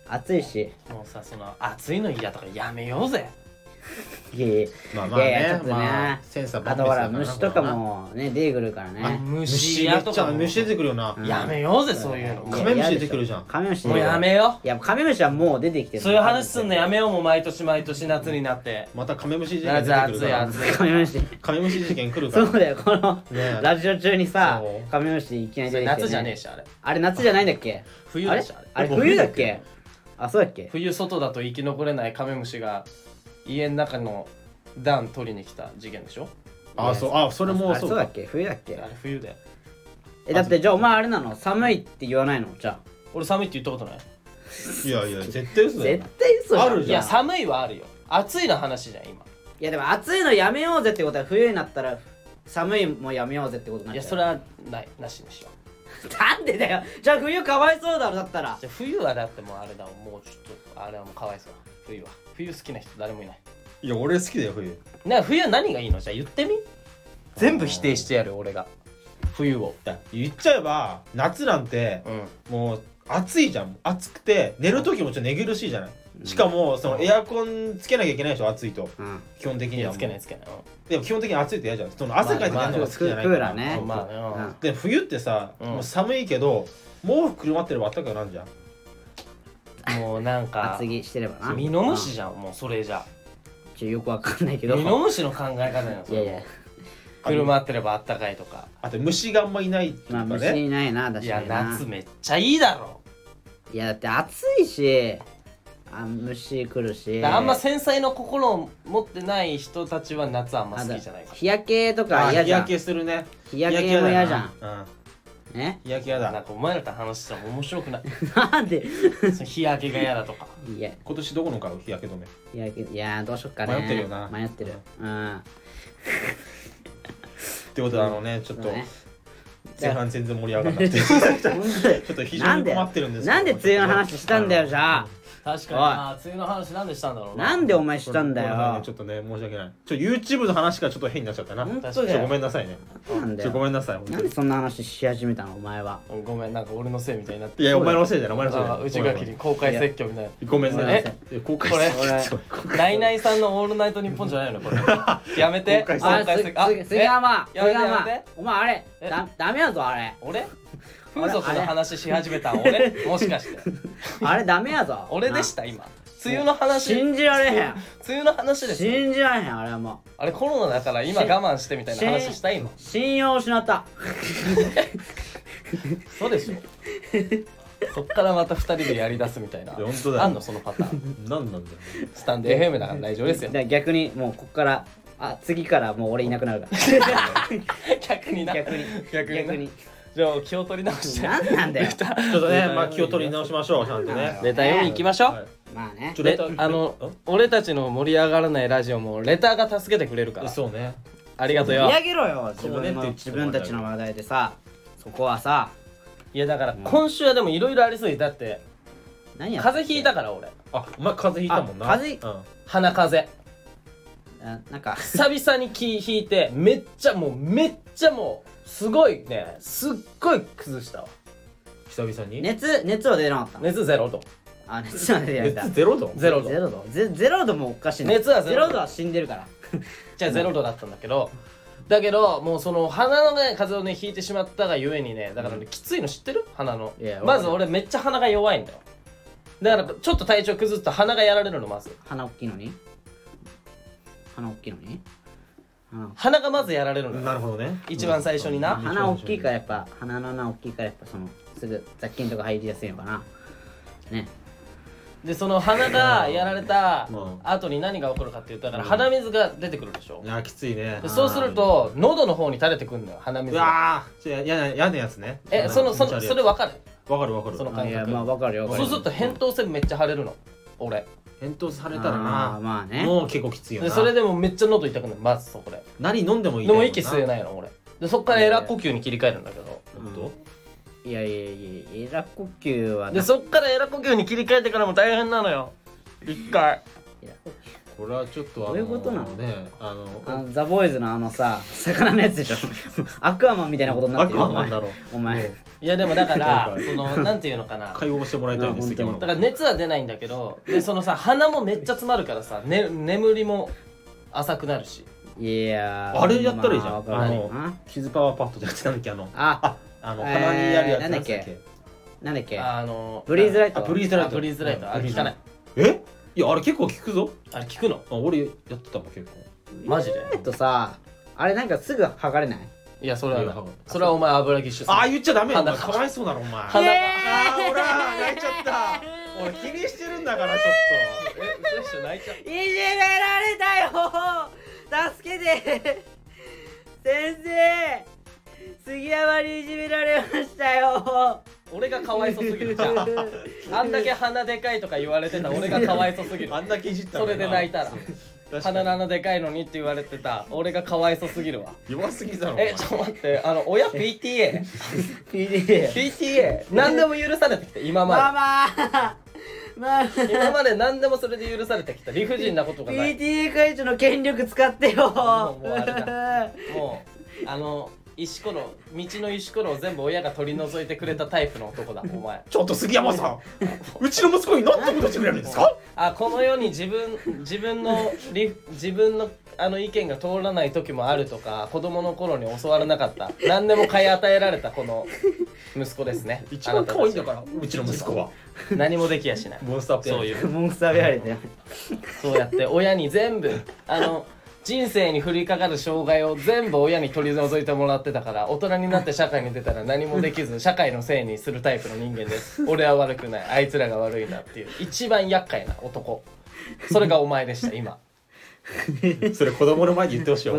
Speaker 1: 暑いし
Speaker 2: もうさその暑いの嫌とかやめようぜ
Speaker 1: いやいや
Speaker 3: まあまあね
Speaker 1: いやいやちょっとね
Speaker 3: まあ、センサー
Speaker 1: あ
Speaker 3: 万
Speaker 1: と
Speaker 3: 別
Speaker 1: ほ
Speaker 3: だかららな
Speaker 1: 虫とかもね出てくるからね
Speaker 3: 虫
Speaker 2: 虫
Speaker 3: め
Speaker 2: 嫌
Speaker 3: っ
Speaker 2: と
Speaker 3: ちゃ
Speaker 2: かも
Speaker 3: 虫出てくるよな、
Speaker 1: うん
Speaker 2: やめようぜそういうの
Speaker 1: いや
Speaker 3: カメムシ出てくるじゃん
Speaker 1: カメムシ
Speaker 2: もうやめよ
Speaker 1: いやカメムシはもう出てきて
Speaker 2: う
Speaker 1: る
Speaker 2: そういう話すんのやめようもう毎年毎年夏になって
Speaker 3: またカメムシ事件出
Speaker 2: 夏
Speaker 3: てくる
Speaker 2: 暑
Speaker 3: か
Speaker 2: い
Speaker 3: ら
Speaker 2: 暑い
Speaker 1: カメムシ
Speaker 3: カメムシ事件来るか
Speaker 1: そう
Speaker 3: ら
Speaker 1: だよこの
Speaker 3: ね
Speaker 1: ラジオ中にさ
Speaker 3: そう
Speaker 1: カメムシいきなり
Speaker 2: そ
Speaker 1: 出
Speaker 2: れ
Speaker 1: てきて、ね、
Speaker 2: 夏じゃねえしあれ
Speaker 1: あれ夏じゃないんだっけ
Speaker 2: 冬
Speaker 1: あ
Speaker 2: で
Speaker 1: れ
Speaker 2: しょあれ
Speaker 1: あれ冬だっけあそうだっけ
Speaker 2: 冬外だと生き残れないカメムシが家の中の暖取りに来た事件でしょ
Speaker 3: あそうあそれも
Speaker 1: あ
Speaker 3: そう
Speaker 1: そうだ
Speaker 3: か
Speaker 1: っけ冬だっ
Speaker 2: あ
Speaker 1: け
Speaker 2: れ冬で
Speaker 1: えだってじゃあお前あれなの寒いって言わないのじゃあ
Speaker 2: 俺寒いって言ったことない
Speaker 3: いやいや絶対嘘だよ
Speaker 1: 絶対嘘じゃん
Speaker 3: ある
Speaker 2: い
Speaker 3: じゃ
Speaker 2: や
Speaker 3: ん
Speaker 2: 寒いはあるよ暑いの話じゃん今
Speaker 1: いやでも暑いのやめようぜってことは冬になったら寒いもやめようぜってことにないっちゃ
Speaker 2: や
Speaker 1: う
Speaker 2: それはないなしにしよう
Speaker 1: なんでだよじゃあ冬かわいそうだろだったら
Speaker 2: じゃあ冬はだってもうあれだもんもうちょっとあれはもうかわいそうだ冬は冬好きな人誰もいない
Speaker 3: いや俺好きだよ冬
Speaker 2: な冬何がいいのじゃあ言ってみ全部否定してやる俺が冬を
Speaker 3: だ言っちゃえば夏なんて
Speaker 2: うん
Speaker 3: もう暑いじゃん暑くて寝る時もちょっと寝苦しいじゃないしかもそのエアコンつけなきゃいけないでしょ暑いと
Speaker 1: うん
Speaker 3: 基本的
Speaker 2: い
Speaker 3: に
Speaker 2: や
Speaker 3: はも
Speaker 2: つ
Speaker 3: う
Speaker 2: けないつけない、う
Speaker 3: でも基本的に暑いって嫌じゃんその汗かいて寝るのが好きじゃない
Speaker 1: まあまあまあクーラーね
Speaker 2: ん、まあね、
Speaker 3: で冬ってさ、
Speaker 2: うん
Speaker 3: もう寒いけど毛布くるまってればあったかくなんじゃん
Speaker 2: もうなんか
Speaker 1: 厚着してればな
Speaker 2: ミノムシじゃんもうそれじゃ
Speaker 1: うんちょよくわかんないけど
Speaker 2: ミノムシの考え方やん
Speaker 1: いやいや
Speaker 2: 車あってればあったかいとか
Speaker 3: あと虫があんまいないと
Speaker 1: ま
Speaker 3: か
Speaker 1: あ
Speaker 3: ね、
Speaker 1: 虫いないな確
Speaker 2: い
Speaker 1: か
Speaker 2: や
Speaker 1: にな
Speaker 2: 夏めっちゃいいだろ
Speaker 1: いやだって暑いしあ虫来るし
Speaker 2: あんま繊細な心を持ってない人たちは夏あんま好きじゃない
Speaker 1: あ
Speaker 2: か
Speaker 1: だ日焼けとか
Speaker 3: あ
Speaker 1: 嫌
Speaker 3: 日
Speaker 1: じゃん
Speaker 3: 焼
Speaker 1: 日
Speaker 3: けするね
Speaker 1: 焼けも嫌じゃん
Speaker 3: ん、うん、
Speaker 1: ね
Speaker 3: 日焼け嫌
Speaker 2: らなん
Speaker 3: だ
Speaker 2: かお前らと話したら面白 くない
Speaker 1: なんで
Speaker 2: その日焼けが嫌だとか
Speaker 1: いや
Speaker 3: 今年どこの買う日焼け止め
Speaker 1: 日焼けいやーどうしよっかね
Speaker 3: 迷ってるよな
Speaker 1: 迷ってるうん
Speaker 3: ってことであのねちょっ
Speaker 1: そ
Speaker 3: と
Speaker 1: うね
Speaker 3: 前半全然盛り上がらな くて ちょっと非常に困ってるんですけど
Speaker 1: なんでなんで梅雨の話したんだよじゃあ
Speaker 2: 確か
Speaker 1: に
Speaker 2: に
Speaker 1: な
Speaker 2: な梅雨の話なんでしたんだろう
Speaker 1: なんでお前したんだ
Speaker 3: ごめなさい
Speaker 1: よ
Speaker 3: ねちょっとね申し訳ないちょ YouTube の話がちょっと変になっちゃったな
Speaker 1: 本
Speaker 3: ち
Speaker 1: 当だ
Speaker 3: ょご
Speaker 1: よ
Speaker 3: めんなさいね
Speaker 1: そうなんだ
Speaker 3: ちょご
Speaker 1: よ
Speaker 3: めんなさい本当
Speaker 1: なん
Speaker 3: に
Speaker 1: でそんな話し始めたのお前は
Speaker 2: ごめんなんか俺のせいみたいになって
Speaker 3: いやお前のせいだよお前のせいだ
Speaker 2: あ
Speaker 3: よ
Speaker 2: 内垣に公開説教みたいな
Speaker 3: ごめんなさい
Speaker 1: え
Speaker 3: いや公開
Speaker 2: これ
Speaker 3: 説教
Speaker 2: ナイナイさんの「オールナイトニッポン」じゃないのこれやめて
Speaker 3: 公開説教
Speaker 1: あ
Speaker 2: 公開
Speaker 1: す
Speaker 2: 説教あ
Speaker 1: す
Speaker 2: え
Speaker 1: 杉山
Speaker 2: やめ
Speaker 1: 杉
Speaker 2: てや
Speaker 1: 山
Speaker 2: めて
Speaker 1: お前あれ
Speaker 2: え
Speaker 1: だダメやぞあれ
Speaker 2: 俺風俗の話し始めたん俺もしかして
Speaker 1: あれダメや ぞ
Speaker 2: 俺でした今梅雨の
Speaker 1: な
Speaker 2: 話梅
Speaker 1: 信じられへん
Speaker 2: 雨の話ですよ
Speaker 1: 信じられへんあれはもう
Speaker 2: あれコロナだから今我慢してみたいな話したい今
Speaker 1: 信用を失った
Speaker 2: そうでしょ そっからまた2人でやりだすみたいない
Speaker 3: や本当だよ
Speaker 2: あんのそのパターン
Speaker 3: 何なんだよ
Speaker 2: スタンド FM だから大丈夫ですよ
Speaker 1: じゃあ逆にもうここからあ次からもう俺いなくなるか
Speaker 2: 逆にな
Speaker 1: ら逆に
Speaker 2: 逆にな
Speaker 1: 逆に
Speaker 2: じゃあ気を取り直して
Speaker 1: 何なんだよ
Speaker 3: ちょっとね、まあ、気を取り直しましょう、ちゃんとね。
Speaker 2: ネタ読み行きましょう、
Speaker 3: はい
Speaker 1: まあね
Speaker 3: ちょ
Speaker 2: レ
Speaker 3: レター
Speaker 2: あの俺たちの盛り上がらないラジオもレターが助けてくれるから
Speaker 3: そうね。
Speaker 2: ありが
Speaker 1: 盛
Speaker 2: とうよ
Speaker 1: り上げろよ自
Speaker 3: ここね
Speaker 1: 分の
Speaker 3: って
Speaker 1: 自分たちの話題でさそこはさ
Speaker 2: いやだから今週はでもいろいろありすぎてだって
Speaker 1: 何や
Speaker 2: 風邪ひいた
Speaker 1: か
Speaker 2: から俺
Speaker 3: あ、お前風邪ひいたもんな。
Speaker 1: あ風邪
Speaker 3: うん。
Speaker 2: 鼻風邪
Speaker 1: らなんか
Speaker 2: 久々に気引いてめっちゃもうめっちゃもうすごいねすっごい崩したわ
Speaker 3: 久々に。
Speaker 1: 熱熱は出なかったの
Speaker 2: 熱ゼロ度
Speaker 1: あ熱は出なかっ
Speaker 3: 熱
Speaker 1: た
Speaker 3: ゼロ度
Speaker 2: ゼロ度
Speaker 1: ゼロ度ゼゼロ度もおかしいね
Speaker 2: 熱はゼ
Speaker 1: ゼ
Speaker 2: ロ度
Speaker 1: ロ度は死んでるから
Speaker 2: じゃあゼロ度だったんだけどだけどもうその鼻のね風邪をね引いてしまったがゆえにねだからね、きついの知ってる鼻の
Speaker 1: いや
Speaker 2: まず俺めっちゃ鼻が弱いんだよだからちょっと体調崩すと鼻がやられるのまず
Speaker 1: 鼻大きいのに鼻大きいのに鼻
Speaker 2: 鼻がまずやられるのよ
Speaker 3: なるほどね。
Speaker 2: 一番最初にな
Speaker 1: あ鼻大きいからやっぱ鼻の穴大きいからやっぱそのすぐ雑菌とか入りやすいのかなね
Speaker 2: でその鼻がやられた
Speaker 3: うん
Speaker 2: 後に何が起こるかっていうとだから
Speaker 3: うん
Speaker 2: 鼻水が出てくるでしょ
Speaker 3: い、や、きついね
Speaker 2: で。そうすると喉の方に垂れてくるのよ鼻
Speaker 3: う
Speaker 2: 水が
Speaker 3: わー、ちょやな、やなやつね。
Speaker 2: えそのそ
Speaker 3: 気
Speaker 2: の
Speaker 3: 持ち悪いやつ
Speaker 2: それ分かる
Speaker 3: わかるわかる。
Speaker 2: その
Speaker 1: あいや
Speaker 2: 感覚
Speaker 1: まあわかるよわか
Speaker 2: そ
Speaker 1: る
Speaker 2: う
Speaker 1: よ
Speaker 2: すると扁桃腺めっちゃ腫れるの俺
Speaker 3: 返答され
Speaker 1: あ
Speaker 3: たら
Speaker 1: ー
Speaker 3: な、
Speaker 1: まあね
Speaker 3: もう結構きついよ
Speaker 2: で
Speaker 3: な。
Speaker 2: それでもめっちゃ喉痛くなるまずそこで
Speaker 3: 何飲んでもいい
Speaker 2: でも息吸え
Speaker 3: い。
Speaker 2: ないの俺でそっからエラ呼吸に切り替えるんだけど
Speaker 3: 本当
Speaker 1: いやいやいやエラ呼吸は
Speaker 2: で
Speaker 1: な
Speaker 2: そっからエラ呼吸に切り替えてからも大変なのよ一回
Speaker 1: いや
Speaker 3: これはちょっとあの
Speaker 1: どういうことなの
Speaker 3: ね、あの、
Speaker 1: あのザ・ボーイズのあのさ魚のやつでしょ アクアマンみたいなことになってるよ
Speaker 3: アクアマンだろ
Speaker 1: お前お前
Speaker 3: ね
Speaker 2: いやでもだから
Speaker 3: なんか
Speaker 2: そのなんていうのか な
Speaker 3: 解放してもらいたいんです
Speaker 1: あ
Speaker 3: けど。
Speaker 1: 本
Speaker 2: だから熱は出ないんだけどでそのさ鼻もめっちゃ詰まるからさ、ね、眠りも浅くなるし
Speaker 1: いやー
Speaker 3: あれやったらいいじ
Speaker 1: ま
Speaker 3: ゃん
Speaker 1: あわかるよ
Speaker 3: あ
Speaker 1: な
Speaker 3: 傷パワーパッドじゃなくてなんだっけあの、
Speaker 1: あ
Speaker 3: あの、
Speaker 1: えー
Speaker 3: 鼻にやるやつ
Speaker 1: なんだっけなんだっけ
Speaker 2: あの
Speaker 1: ブリーズライト
Speaker 3: あ、ブリーズライ
Speaker 2: あ
Speaker 3: ト。
Speaker 2: ブリーズライトあ
Speaker 3: うん
Speaker 2: 聞かない。
Speaker 3: ブリーズライトえいや、あれ結構効くぞ。
Speaker 2: あれ聞くの
Speaker 3: あ俺やってたもん、結構。
Speaker 2: マジで
Speaker 1: えっとさあれなんかすぐ剥がれない
Speaker 2: いやそれ
Speaker 3: い
Speaker 2: は
Speaker 3: や
Speaker 2: なそれはお前油ぎっしゅ
Speaker 3: ああ、言っちゃダメよ。お前
Speaker 2: 鼻
Speaker 3: かわいそうだろ、お前。あ
Speaker 2: 鼻が
Speaker 3: あー、ほら、 泣いちゃった。俺、気にしてるんだ から、ちょっ
Speaker 2: え嘘でしょ泣いちゃう
Speaker 1: いじめられたよ助けて先生杉山にいじめられました よ
Speaker 2: 俺がかわいそすぎるじゃん あんだけ鼻でかいとか言われてた俺がかわいそすぎる
Speaker 3: と。あんだけいじった
Speaker 2: それで泣いたら鼻の
Speaker 3: 鼻
Speaker 2: 穴でかいのにって言われてた俺がかわいそすぎるわ
Speaker 3: 弱すぎだろ、お前
Speaker 2: えちょっと待ってあの 親 PTA
Speaker 1: PDA
Speaker 2: PTA 何でも許されてきた今
Speaker 1: マ
Speaker 2: ま
Speaker 1: マママ
Speaker 2: で今まで何でもそれで許されてきた理不尽なことがない
Speaker 1: PTA 会長の権力使ってよ
Speaker 2: もうもうあれもうあの石ころ道の石ころを全部親が取り除いてくれたタイプの男だお前
Speaker 3: ちょっと杉山さん、うちの息子に何てことしてくれるんですか
Speaker 2: あこの世に自分自分の理自分のあの意見が通らない時もあるとか子供の頃に教わらなかった何でも買い与えられたこの息子ですね
Speaker 3: 一番可愛いんだからら、うちの息子は。
Speaker 2: 何もできやしない
Speaker 3: モンスターペア
Speaker 2: そういう
Speaker 1: モンスターベアリーだよ
Speaker 2: そうやって親に全部あの人生に降りかかる障害を全部親に取り除いてもらってたから大人になって社会に出たら何もできず社会のせいにするタイプの人間です俺は悪くないあいつらが悪いなっていう一番厄介な男それがお前でした今
Speaker 3: それ子供の前で言ってほしいよ。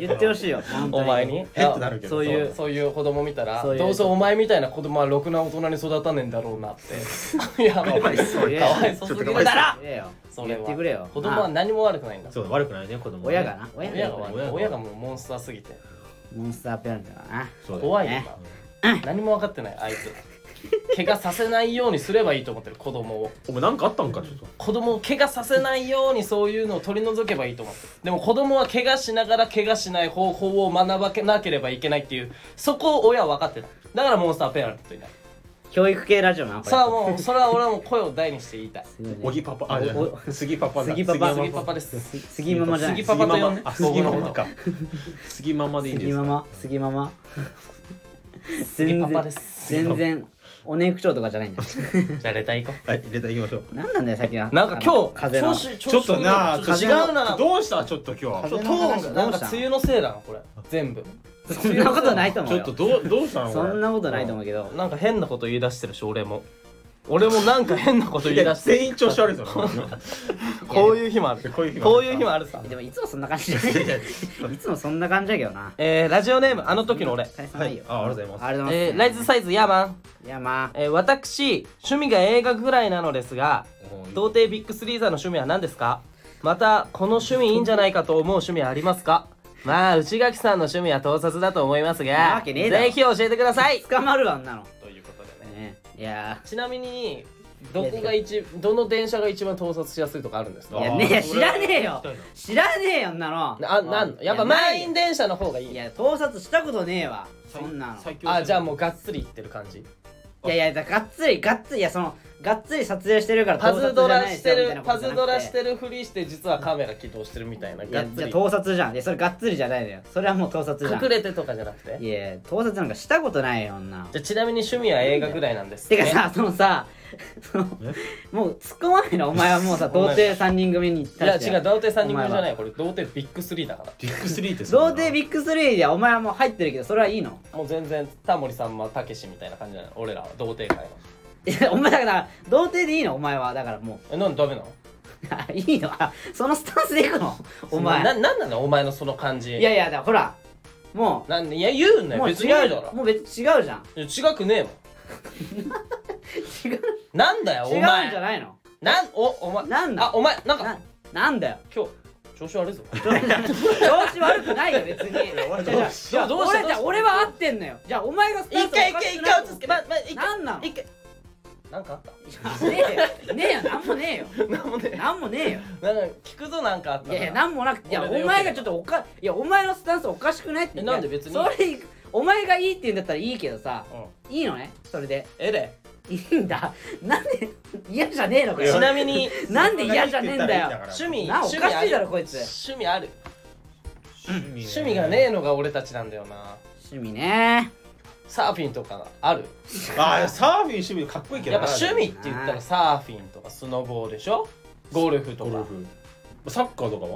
Speaker 1: 言ってほしいよ
Speaker 2: お前に
Speaker 3: えってなるけど。
Speaker 1: そういう
Speaker 2: そういう子供見たら
Speaker 1: そういう
Speaker 2: どうせお前みたいな子供はろくな大人に育たねえんだろうなって いやもうかわ
Speaker 1: そうよ
Speaker 2: いそうすぎるだろ
Speaker 1: 言えよ
Speaker 2: そ
Speaker 1: 言
Speaker 2: れ
Speaker 1: っ
Speaker 2: は
Speaker 1: てくれよ
Speaker 2: 子供は何も悪くないんだ
Speaker 3: そう悪くないね、子供ね。
Speaker 1: 親がな親
Speaker 2: 親が
Speaker 1: が
Speaker 2: 悪い親がもうモンスターすぎて
Speaker 1: モンスターペアリーだからな
Speaker 3: そうだよ
Speaker 2: 怖いよな何も分かってないあいつ怪我させないようにすればいいと思ってる子供を
Speaker 3: お前なんかあったんかちょっと。
Speaker 2: 子供を怪我させないようにそういうのを取り除けばいいと思ってるでも子供は怪我しながら怪我しない方法を学ばなければいけないっていうそこを親は分かってないだからモンスターペアレントになる
Speaker 1: 教育系ラジオなこれ
Speaker 2: さあもうそれは俺はもう声を大にして言いたい
Speaker 1: すごいね
Speaker 3: おぎパパ、あ、じゃあ杉パパだ。
Speaker 1: 杉パパ
Speaker 2: 杉パパです
Speaker 1: す杉ママじゃない
Speaker 2: 杉パパと呼んで
Speaker 3: あ、杉ママか。杉ママでいいです
Speaker 1: 杉
Speaker 3: か
Speaker 1: ママ杉ママ
Speaker 2: 杉パパです
Speaker 1: 全然全然おねえ区長とかじゃないんだよ
Speaker 2: じゃあレター行こ
Speaker 3: はい、入れていきましょう。
Speaker 1: 何なんだよ最近は
Speaker 2: うなんか今日
Speaker 1: 風の
Speaker 2: 調子
Speaker 3: ちょっとな、
Speaker 2: 調子違うな
Speaker 3: どうしたちょっと今日。
Speaker 2: ちょっ
Speaker 1: 風
Speaker 2: とト
Speaker 1: の話
Speaker 2: ーンがなんか梅雨のせいだなこれ全部
Speaker 1: そんなことないと思う
Speaker 3: ちょっ
Speaker 1: よ
Speaker 3: とどうどうしたの
Speaker 1: そんなことないと思うけど
Speaker 2: なんか変なこと言い出してるし俺も俺もなんか変なこと言い出して
Speaker 3: 全員調子 悪いぞこ
Speaker 2: こういう日もある
Speaker 3: ういう日も
Speaker 2: こういう日もあるさ
Speaker 1: でもいつもそんな感じじゃないい つもそんな感じだけどな
Speaker 2: えー、ラジオネームあの時の俺
Speaker 1: 大差
Speaker 3: は
Speaker 1: ない
Speaker 3: い
Speaker 1: よ、
Speaker 3: あありがとうございま
Speaker 1: ありがとうございます、
Speaker 2: えー、ライズサイズヤーマン、
Speaker 1: いやまあ
Speaker 2: えー、私趣味が映画ぐらいなのですが
Speaker 3: すもういい
Speaker 2: 童貞ビッグスリーザーの趣味は何ですかまたこの趣味いいんじゃないかと思う趣味はありますかまあ内垣さんの趣味は盗撮だと思います
Speaker 1: な
Speaker 2: が
Speaker 1: わけねえだろ
Speaker 2: ぜひ教えてください
Speaker 1: 捕まるわあんなの、
Speaker 2: ということで
Speaker 1: ね、いや
Speaker 2: ちなみにどこが一どの電車が一番盗撮しやすいとかあるんです
Speaker 1: ー
Speaker 2: か
Speaker 1: いや
Speaker 3: あー
Speaker 1: ねえ
Speaker 3: そ
Speaker 1: 知
Speaker 3: れは
Speaker 1: らねえよ知らねえよあんなの
Speaker 2: あなんやっぱ
Speaker 1: いやない
Speaker 2: 満員電車の方がい
Speaker 1: い
Speaker 2: い
Speaker 1: や盗撮したことねえわそんなの
Speaker 3: 最強
Speaker 2: あじゃあもうがっつり行ってる感じ
Speaker 1: いやいやだからがっつりがっつりいやそのがっつり撮影してるから
Speaker 2: パ
Speaker 1: 盗撮
Speaker 2: ズ
Speaker 1: じゃ
Speaker 2: ド
Speaker 1: な
Speaker 2: ラ
Speaker 1: いで
Speaker 2: し
Speaker 1: すよ
Speaker 2: て
Speaker 1: みたいな
Speaker 2: る
Speaker 1: こと
Speaker 2: パ
Speaker 1: じゃなく
Speaker 2: ズ
Speaker 1: て
Speaker 2: ドラしてるふりして実はカメラ起動してるみたいないが
Speaker 1: や
Speaker 2: っ
Speaker 1: じ
Speaker 2: つ
Speaker 1: ゃあ
Speaker 2: り
Speaker 1: 盗撮じゃんいやそれがっつりじゃないのよそれはもう盗撮じゃん
Speaker 2: 隠れてとかじゃなくて
Speaker 1: いや盗撮なんかしたことないよ女
Speaker 2: じゃあちなみに趣味は映画ぐらいなんです
Speaker 1: て
Speaker 2: ね
Speaker 1: かさそのさそのもう突っ込まないのお前はもうさ
Speaker 2: ごめん
Speaker 1: 童貞3人組に対し
Speaker 2: い
Speaker 1: て
Speaker 2: や違う童貞3人組じゃないいこれ童貞ビッグ3だから
Speaker 3: ビッグスリーって
Speaker 1: 童貞ビッグスリーでお前はもう入ってるけどそれはいいの
Speaker 2: もう全然タモリさんまたけしみたいな感じじゃない俺らは童貞界の
Speaker 1: いやお前だから童貞でいいのお前はだからも
Speaker 2: えなんでダメなの
Speaker 1: う いいのあそのスタンスでいくのお前
Speaker 2: ななんなのお前のその感じ
Speaker 1: いやいやだからほらも
Speaker 2: なんでいや言う
Speaker 1: う
Speaker 2: ね
Speaker 1: もう
Speaker 2: 別に言うだろ
Speaker 1: もう別に違うじゃん
Speaker 2: いや違くねえもんなんだよ
Speaker 1: 違う
Speaker 2: お
Speaker 1: ん
Speaker 2: 前
Speaker 1: じゃないの
Speaker 2: なんおお前
Speaker 1: なんだ
Speaker 2: あお前なんか
Speaker 1: ななんだよ
Speaker 2: 今日調子悪 いぞ
Speaker 1: 調子悪くないよ別に
Speaker 3: 俺
Speaker 1: じゃあじゃあ
Speaker 2: どうし
Speaker 1: 俺
Speaker 2: たどうした
Speaker 1: じゃあ俺は合ってんのよじゃあお前がスタン
Speaker 2: 一
Speaker 1: スおか
Speaker 2: 回
Speaker 1: し
Speaker 2: 一回一
Speaker 1: くない
Speaker 2: 回落ち着けまま一回
Speaker 1: なんなの
Speaker 2: 一回なんかあっ
Speaker 1: いやねえ よねえよなんもねえよ
Speaker 2: たなんもね
Speaker 1: なんもねえよ
Speaker 2: えなんか聞くぞなんかあった
Speaker 1: いやいや
Speaker 2: な
Speaker 1: なんもなくていや
Speaker 2: 俺
Speaker 1: お
Speaker 2: でよければ
Speaker 1: 前がちょっとおかいやお前のスタンスおかしくないって
Speaker 2: えなんで別に
Speaker 1: それお前がいいって言うんだったらいいけどさ
Speaker 2: うん
Speaker 1: いいのねそれで
Speaker 2: えれ
Speaker 1: いいんだなんで嫌じゃねえのか
Speaker 3: いや
Speaker 1: よ
Speaker 2: ちなみに
Speaker 1: なんで嫌じゃねえんだよ
Speaker 2: 趣味
Speaker 1: なお
Speaker 2: 趣味あ
Speaker 1: かしい
Speaker 2: る
Speaker 1: だろこいつ
Speaker 2: 趣味ある
Speaker 3: 趣
Speaker 2: 趣味がねえのが俺たちなんだよな
Speaker 1: 趣味ね
Speaker 2: サーフィンとかある
Speaker 3: あーサーフィン趣味かっこいいけど
Speaker 2: やっ
Speaker 3: な
Speaker 2: ぱ趣味って言ったらサーフィンとかスノボーでしょゴルフと
Speaker 3: ゴル
Speaker 2: か
Speaker 3: フサッカーとか